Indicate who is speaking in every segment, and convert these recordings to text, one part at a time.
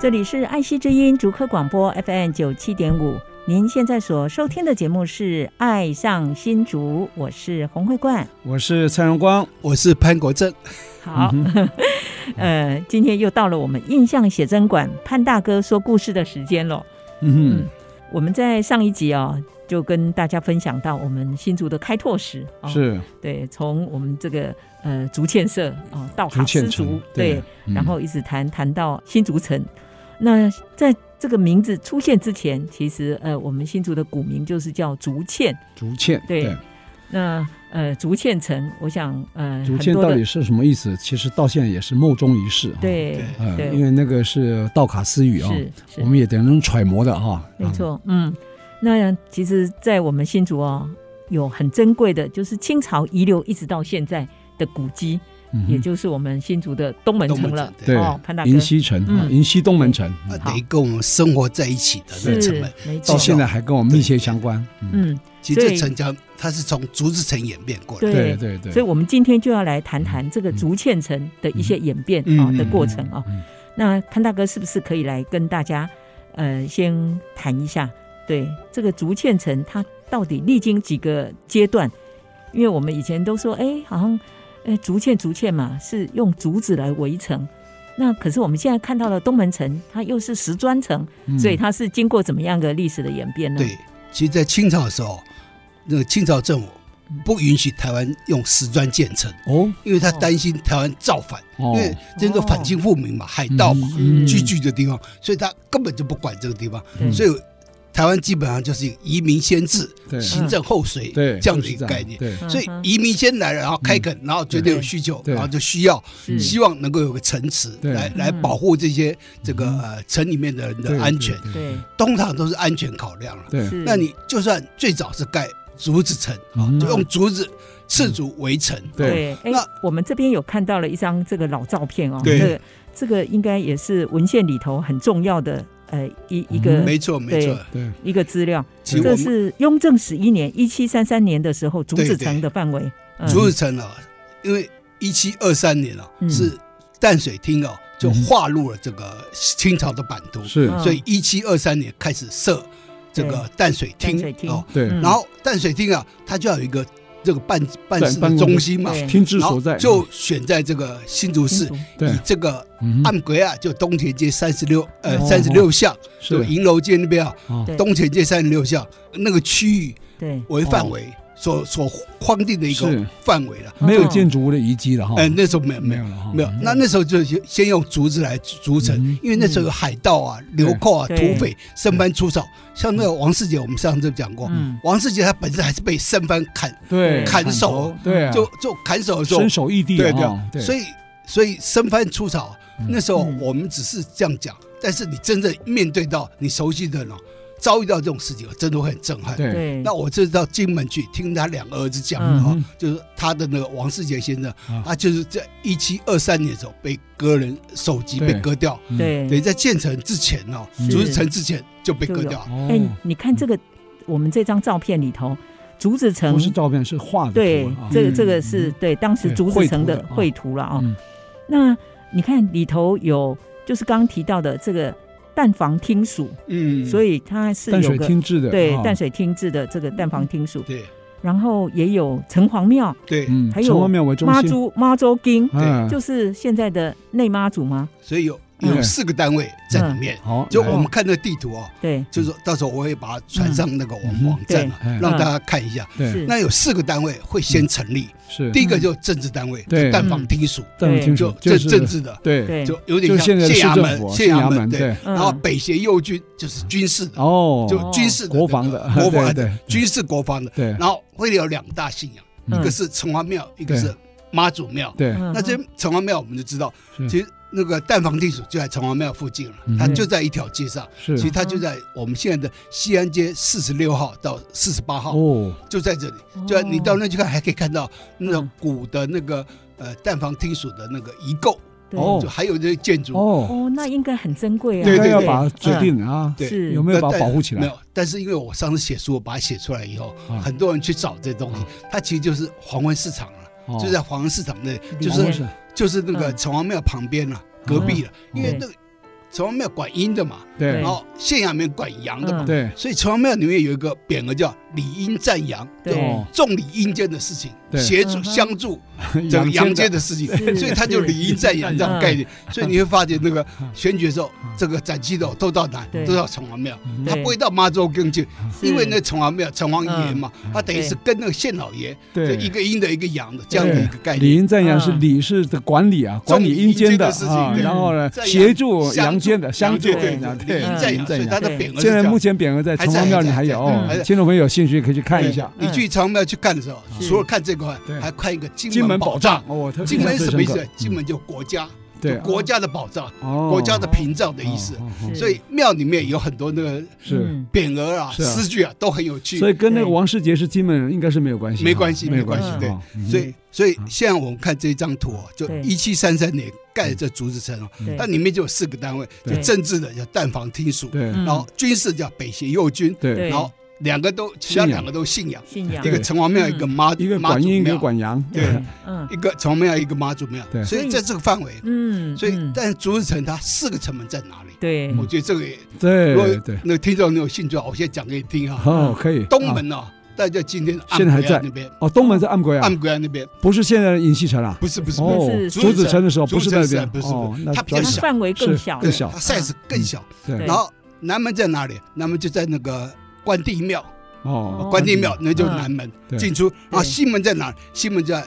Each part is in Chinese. Speaker 1: 这里是爱惜之音竹科广播 FM 九七点五，您现在所收听的节目是《爱上新竹》，我是洪慧冠。
Speaker 2: 我是蔡荣光，
Speaker 3: 我是潘国正，
Speaker 1: 好， 呃，今天又到了我们印象写真馆潘大哥说故事的时间了。
Speaker 2: 嗯
Speaker 1: 我们在上一集哦，就跟大家分享到我们新竹的开拓史。哦、
Speaker 2: 哼，是
Speaker 1: 对，从我们这个呃竹堑社哦到
Speaker 2: 竹
Speaker 1: 好
Speaker 2: 堑
Speaker 1: 丝
Speaker 2: 城
Speaker 1: 竹，
Speaker 2: 对
Speaker 1: 对，
Speaker 2: 嗯
Speaker 1: 然后一直谈谈到新竹城。那在这个名字出现之前，其实呃，我们新竹的古名就是叫竹堑。
Speaker 2: 竹堑，
Speaker 1: 对那呃，竹堑城，我想呃，
Speaker 2: 竹
Speaker 1: 很
Speaker 2: 堑
Speaker 1: 多
Speaker 2: 到
Speaker 1: 的
Speaker 2: 底是什么意思？其实到现在也是莫衷一是。，
Speaker 1: 对
Speaker 2: 呃
Speaker 1: 对，
Speaker 2: 因为那个是道卡斯语啊，
Speaker 1: 是是
Speaker 2: 我们也得能揣摩的啊。
Speaker 1: 没错，嗯，那其实，在我们新竹哦，有很珍贵的，就是清朝遗留一直到现在的古迹，
Speaker 2: 嗯哼，
Speaker 1: 也就是我们新竹的东门城了。
Speaker 2: 对
Speaker 1: 哦，潘大哥
Speaker 2: 银溪城啊，
Speaker 1: 嗯
Speaker 2: 银溪东门城，
Speaker 3: 呃
Speaker 2: 嗯
Speaker 3: 等于跟我们生活在一起的那个城
Speaker 1: 是
Speaker 3: 门。
Speaker 1: 没
Speaker 2: 到
Speaker 1: 错，
Speaker 2: 现在还跟我们密切相关。嗯，
Speaker 1: 嗯，
Speaker 3: 其实
Speaker 1: 所
Speaker 3: 这
Speaker 1: 以
Speaker 3: 城墙它是从竹子城演变过来的。
Speaker 2: 对
Speaker 1: 对。
Speaker 2: 嗯对对。
Speaker 1: 所以，我们今天就要来谈谈这个竹堑城的一些演变
Speaker 2: 嗯
Speaker 1: 啊、
Speaker 2: 嗯
Speaker 1: 的
Speaker 2: 嗯
Speaker 1: 过程啊、
Speaker 2: 嗯嗯
Speaker 1: 那潘大哥是不是可以来跟大家，呃，先谈一下，对这个竹堑城它到底历经几个阶段？因为我们以前都说，哎，好像，呃，竹堑竹堑嘛，是用竹子来围城。那可是我们现在看到了东门城，它又是石砖城，
Speaker 2: 嗯
Speaker 1: 所以它是经过怎么样的历史的演变呢？
Speaker 3: 对，其实，在清朝的时候，那个清朝政府不允许台湾用石砖建城，
Speaker 2: 嗯哦
Speaker 3: 因为他担心台湾造反，因
Speaker 2: 哦，
Speaker 3: 为这个反清复明嘛，海盗嘛，
Speaker 2: 嗯
Speaker 1: 嗯
Speaker 3: 聚居的地方，所以他根本就不管这个地方，
Speaker 1: 对
Speaker 3: 所以台湾基本上就是移民先治，
Speaker 2: 对
Speaker 3: 行政后随
Speaker 2: 对，
Speaker 3: 这样的
Speaker 2: 就是
Speaker 3: 一个概念。
Speaker 2: 对，嗯
Speaker 1: 嗯
Speaker 3: 所以
Speaker 1: 哼
Speaker 3: 移民先来了，然后开垦，然后觉得有需求，
Speaker 2: 对
Speaker 3: 然后就需要，
Speaker 1: 是
Speaker 3: 希望能够有个城池
Speaker 2: 对
Speaker 3: 来
Speaker 1: 嗯
Speaker 3: 来保护这些这个呃城里面的人
Speaker 2: 对
Speaker 3: 的安全，，
Speaker 1: 对嗯
Speaker 3: 通常都是安全考量了。
Speaker 2: 对对，
Speaker 1: 是
Speaker 3: 那你就算最早是盖竹子城，
Speaker 2: 嗯
Speaker 3: 就用竹子赤竹围城，
Speaker 2: 对
Speaker 1: 对，哎
Speaker 3: 哦那，
Speaker 1: 我们这边有看到了一张这个老照片哦，
Speaker 3: 对
Speaker 1: 这个这个应该也是文献里头很重要的呃一一个、
Speaker 2: 嗯
Speaker 3: 没错没错
Speaker 1: 对。
Speaker 2: 对，
Speaker 1: 一个资料，
Speaker 3: 其实
Speaker 1: 这
Speaker 3: 我们
Speaker 1: 是雍正十一年一七三三年的时候竹子城的范围，嗯
Speaker 3: 竹子城啊，因为一七二三年啊
Speaker 1: 嗯
Speaker 3: 是淡水厅啊就
Speaker 2: 嗯
Speaker 3: 划入了这个清朝的版图，
Speaker 2: 是，
Speaker 1: 嗯
Speaker 3: 所以一七二三年开始设这个淡水
Speaker 1: 淡
Speaker 3: 厅
Speaker 1: 水厅
Speaker 3: 哦，
Speaker 2: 对，
Speaker 1: 嗯
Speaker 3: 然后淡水厅啊，它就要有一个这个办办事
Speaker 2: 办
Speaker 3: 的
Speaker 2: 公
Speaker 3: 中心嘛，
Speaker 1: 对
Speaker 2: 听之
Speaker 3: 然
Speaker 2: 所
Speaker 3: 后
Speaker 2: 在，嗯
Speaker 3: 就选在这个新竹
Speaker 1: 新
Speaker 3: 市
Speaker 1: 竹，
Speaker 2: 对
Speaker 3: 以，这个
Speaker 2: 嗯
Speaker 3: 暗轨啊，就东田街三十六呃
Speaker 2: 哦
Speaker 3: 三十六巷，
Speaker 2: 是
Speaker 3: 就银楼街那边啊，
Speaker 2: 哦
Speaker 1: 对
Speaker 3: 东田街三十六巷那个区域
Speaker 1: 对
Speaker 3: 为范围所所框定的一个
Speaker 2: 哦是
Speaker 3: 范围
Speaker 1: 嗯
Speaker 3: 了。
Speaker 2: 没有建筑物的遗迹了哈，
Speaker 3: 哎，那时候没有没
Speaker 2: 哦没
Speaker 3: 有
Speaker 2: 有了哈，
Speaker 3: 没有，那那时候就先用竹子来筑
Speaker 2: 嗯
Speaker 3: 城，因为那时候有海盗啊、流寇啊、
Speaker 1: 对
Speaker 3: 土匪生番出草，像那个王世杰，我们上次讲过，
Speaker 1: 嗯
Speaker 3: 王世杰他本身还是被生番砍
Speaker 2: 对，
Speaker 1: 砍
Speaker 3: 手
Speaker 2: 头对啊，
Speaker 3: 就就砍手的时候
Speaker 2: 身，首异地
Speaker 3: 对
Speaker 2: 啊，
Speaker 3: 所以所以生番出草
Speaker 2: 嗯
Speaker 3: 那时候
Speaker 1: 嗯
Speaker 3: 我们只是这样讲，但是你真正面对到你熟悉的人哦，遭遇到这种事情，真的会很震撼。
Speaker 2: 对
Speaker 1: 对，
Speaker 3: 那我这次到金门去听他两个儿子讲
Speaker 1: 嗯
Speaker 3: 的哦，就是他的那个王世杰先生
Speaker 2: 啊，
Speaker 3: 他就是在一七二三年的时候被割人首级
Speaker 2: 对
Speaker 3: 被割掉，
Speaker 2: 嗯
Speaker 1: 对
Speaker 3: 等于在建成之前哦
Speaker 2: 嗯，
Speaker 3: 竹子城之前就被割
Speaker 1: 就有
Speaker 3: 掉了。
Speaker 1: 哎
Speaker 2: 哦，，
Speaker 1: 你看这个我们这张照片里头，竹子城
Speaker 2: 不是照片，是画的图
Speaker 1: 对
Speaker 2: 啊，
Speaker 1: 这个
Speaker 3: 嗯
Speaker 1: 这个是对当时竹子城的
Speaker 2: 对
Speaker 1: 绘
Speaker 2: 绘
Speaker 1: 图了啊
Speaker 2: 嗯。
Speaker 1: 那你看里头有就是刚刚提到的这个淡房厅署，
Speaker 3: 嗯
Speaker 1: 所
Speaker 3: 以
Speaker 1: 以它是
Speaker 2: 淡
Speaker 1: 有
Speaker 2: 水
Speaker 1: 个
Speaker 2: 厅制的，
Speaker 1: 对
Speaker 2: 啊嗯
Speaker 1: 淡，水厅制的这个淡房厅署，
Speaker 3: 对
Speaker 1: 然后也有城隍庙、
Speaker 3: 对，
Speaker 2: 嗯，
Speaker 1: 还有
Speaker 2: 城隍庙为中
Speaker 1: 妈
Speaker 2: 心，
Speaker 1: 祖妈祖经，
Speaker 2: 哎
Speaker 1: 就是现在的内妈祖吗？
Speaker 3: 所以有有
Speaker 2: 嗯
Speaker 3: 四个单位在里面。
Speaker 2: 好，嗯
Speaker 3: 就
Speaker 2: 来
Speaker 3: 我们看那个地图哦，
Speaker 1: 对，
Speaker 3: 就是说到时候我会把它传上那个
Speaker 2: 嗯
Speaker 3: 网网站啊
Speaker 2: 对嗯，
Speaker 3: 让大家看一下。
Speaker 2: 对
Speaker 1: 是
Speaker 3: 那有四个单位会先成立，
Speaker 2: 是
Speaker 3: 第一个就是政治单位，
Speaker 2: 嗯对嗯
Speaker 3: 就但访厅属，
Speaker 2: 邓清
Speaker 3: 就
Speaker 2: 楚，
Speaker 3: 政
Speaker 2: 是
Speaker 3: 政治的，
Speaker 2: 对，
Speaker 1: 对，
Speaker 3: 就有
Speaker 2: 就
Speaker 3: 点
Speaker 2: 现
Speaker 3: 像
Speaker 2: 在的
Speaker 3: 县
Speaker 2: 市
Speaker 3: 衙
Speaker 2: 政
Speaker 3: 门，
Speaker 2: 府，啊
Speaker 3: 县衙门对。
Speaker 2: 对，
Speaker 1: 嗯
Speaker 3: 然后北协右军就是军事的，
Speaker 2: 哦，
Speaker 3: 就军事的
Speaker 2: 国防的
Speaker 3: 那个国防
Speaker 2: 对
Speaker 3: 的
Speaker 2: 对
Speaker 3: 军事国防的。
Speaker 2: 对
Speaker 3: 然后会有两大信仰，
Speaker 2: 嗯
Speaker 3: 一个是城隍庙，一个
Speaker 2: 对
Speaker 3: 是妈祖庙。
Speaker 2: 对，
Speaker 1: 嗯
Speaker 3: 那这城隍庙我们就知道
Speaker 2: 是，
Speaker 3: 其实那个蛋房地主就在城隍庙附近了
Speaker 2: 嗯，
Speaker 3: 它就在一条街上，
Speaker 2: 是
Speaker 3: 其实它
Speaker 1: 嗯
Speaker 3: 就在我们现在的西安街四十六号到四十八号，
Speaker 2: 哦，
Speaker 3: 就在这里
Speaker 1: 哦。嗯
Speaker 3: 就你到那去看，还可以看到那种古的那个呃蛋房地主的那个遗构，
Speaker 1: 对
Speaker 2: 哦
Speaker 3: 就还有这些建筑。
Speaker 2: 哦，
Speaker 1: 哦，那应该很珍贵啊，
Speaker 3: 对
Speaker 2: 应该
Speaker 3: 对
Speaker 2: 要
Speaker 3: 对
Speaker 2: 把它决定啊，
Speaker 3: 对
Speaker 1: 是
Speaker 2: 有没有把它
Speaker 3: 但
Speaker 2: 保护起
Speaker 3: 没
Speaker 2: 来？
Speaker 3: 有，但是因为我上次写书，我把它写出来以后
Speaker 2: 啊，
Speaker 3: 很多人去找这东西，它其实就是黄昏市场了，
Speaker 2: 哦
Speaker 3: 就在黄昏市场那，就
Speaker 2: 哦
Speaker 3: 是
Speaker 2: 是
Speaker 3: 就是那个
Speaker 1: 嗯
Speaker 3: 城隍庙旁边了、隔壁了，
Speaker 2: 嗯
Speaker 3: 因为那个城隍庙管阴的嘛，
Speaker 2: 对
Speaker 3: 然后县衙门管阳的嘛，
Speaker 1: 嗯
Speaker 2: 对
Speaker 3: 所以城隍庙里面有一个匾额叫“理阴赞阳”，
Speaker 1: 对
Speaker 2: 哦，
Speaker 3: 重理阴间的事情，
Speaker 2: 对
Speaker 3: 协助
Speaker 1: 嗯哼
Speaker 3: 相助这个
Speaker 2: 养
Speaker 3: 阳间
Speaker 2: 间
Speaker 3: 的事情，
Speaker 1: 是
Speaker 3: 所以他就是理阴赞阳这样概念。所以你会发现，那个
Speaker 2: 嗯
Speaker 3: 选举的时候
Speaker 2: 嗯，
Speaker 3: 这个斩鸡斗都到哪
Speaker 1: 对？
Speaker 3: 都到城隍庙，
Speaker 2: 嗯
Speaker 3: 他不会到妈祖跟去，
Speaker 1: 是
Speaker 3: 因为那城隍庙城隍爷嘛，他等于
Speaker 1: 对
Speaker 3: 是跟那个县老爷，就
Speaker 2: 嗯对
Speaker 3: 一个阴的一个阳的这样的一个概
Speaker 2: 理
Speaker 3: 念。
Speaker 2: 应赞扬是
Speaker 1: 嗯
Speaker 2: 理是的管理啊，管理阴间的
Speaker 3: 重理阴间的事情
Speaker 2: 啊，
Speaker 1: 对
Speaker 2: 然后呢
Speaker 3: 在阳
Speaker 2: 协助
Speaker 3: 相
Speaker 2: 阳间的相助
Speaker 3: 对
Speaker 1: 对
Speaker 3: 对嗯
Speaker 2: 啊
Speaker 3: 对，
Speaker 2: 对
Speaker 3: 阴
Speaker 1: 在
Speaker 3: 在阳，所以
Speaker 2: 对
Speaker 3: 他的匾额
Speaker 2: 现
Speaker 3: 是
Speaker 2: 在
Speaker 3: 这
Speaker 2: 目
Speaker 3: 样。
Speaker 2: 前匾额在
Speaker 3: 还
Speaker 2: 城
Speaker 3: 在
Speaker 2: 隍庙里还有
Speaker 3: 还在嗯还
Speaker 2: 哦，
Speaker 3: 在
Speaker 2: 听众朋友有兴趣可以去看一下。嗯
Speaker 3: 你去城隍庙去看的时候，
Speaker 1: 是
Speaker 3: 除了看这块
Speaker 2: 对，
Speaker 3: 还看一个金
Speaker 2: 金门
Speaker 3: 门
Speaker 2: 宝
Speaker 3: 宝
Speaker 2: 藏
Speaker 3: 藏，。
Speaker 2: 哦，我特别
Speaker 3: 金门
Speaker 2: 印象
Speaker 3: 什
Speaker 2: 最
Speaker 3: 么
Speaker 2: 深
Speaker 3: 意
Speaker 2: 刻嗯
Speaker 3: 思？金门就国家，
Speaker 2: 对哦
Speaker 3: 就国家的宝藏，
Speaker 2: 国
Speaker 3: 国家的屏障的意思。
Speaker 1: 是
Speaker 3: 所以庙里面有很多那个
Speaker 2: 哦是，
Speaker 1: 嗯
Speaker 3: 匾额啊、
Speaker 2: 是啊
Speaker 3: 诗句啊，都很有趣。
Speaker 2: 所以跟那个
Speaker 1: 对
Speaker 2: 王世杰是金门人应该是没有关系，啊
Speaker 3: 没关系
Speaker 2: 没有
Speaker 3: 没关
Speaker 1: 系
Speaker 3: 对
Speaker 2: 哦嗯
Speaker 3: 所以，所以现在我们看这张图哦，就
Speaker 1: 对
Speaker 3: 一七三三年盖的这竹子城哦，
Speaker 2: 嗯
Speaker 1: 对
Speaker 3: 它里面就有四个单位，就
Speaker 2: 对
Speaker 3: 政治的叫但防厅属，
Speaker 2: 对
Speaker 1: 嗯
Speaker 3: 然后军事叫北协右军，
Speaker 2: 对
Speaker 1: 对，
Speaker 3: 然后两个都其他两个都信仰，
Speaker 1: 信仰
Speaker 3: 一个城隍庙，
Speaker 1: 嗯
Speaker 3: 一个妈
Speaker 2: 一个
Speaker 3: 妈
Speaker 2: 管
Speaker 3: 祖
Speaker 2: 阴，一个
Speaker 3: 庙，
Speaker 2: 管阳，
Speaker 3: 对
Speaker 1: 嗯
Speaker 3: 一个城隍庙，一个妈祖庙
Speaker 2: 对，
Speaker 3: 所以在这个范围，
Speaker 1: 嗯，
Speaker 3: 所以
Speaker 1: 嗯
Speaker 3: 但是竹子城它四个城门在哪里？
Speaker 1: 对
Speaker 3: 我觉得这个也如果
Speaker 2: 嗯对对，
Speaker 3: 那个听众你有兴趣啊，我先讲给你听啊。
Speaker 2: 哦，可以。
Speaker 3: 东
Speaker 2: 啊
Speaker 3: 门呢，大家今天
Speaker 2: 现在还
Speaker 3: 安国
Speaker 2: 在
Speaker 3: 那边，
Speaker 2: 哦，东门在暗鬼啊，
Speaker 3: 暗国那边
Speaker 2: 不是现在的银溪城啊。
Speaker 3: 不是不是不
Speaker 2: 哦
Speaker 3: 是，
Speaker 1: 不是，
Speaker 2: 竹子城的时候不是那
Speaker 3: 竹子城
Speaker 2: 边
Speaker 3: 是，不是
Speaker 2: 哦
Speaker 3: 不，是
Speaker 2: 那
Speaker 3: 它比较
Speaker 1: 它
Speaker 2: 早一点
Speaker 3: 小
Speaker 1: 范围更
Speaker 2: 是
Speaker 1: 小
Speaker 2: 更
Speaker 1: 了，嗯
Speaker 2: 小
Speaker 3: 它 size 更小。
Speaker 2: 对
Speaker 1: 对
Speaker 3: 然后南门在哪里？南门就在那个关帝庙，
Speaker 2: 哦，
Speaker 3: 关帝庙那就是
Speaker 1: 嗯
Speaker 3: 南门
Speaker 2: 啊对
Speaker 3: 进出。然后
Speaker 1: 对
Speaker 3: 西门在哪？西门在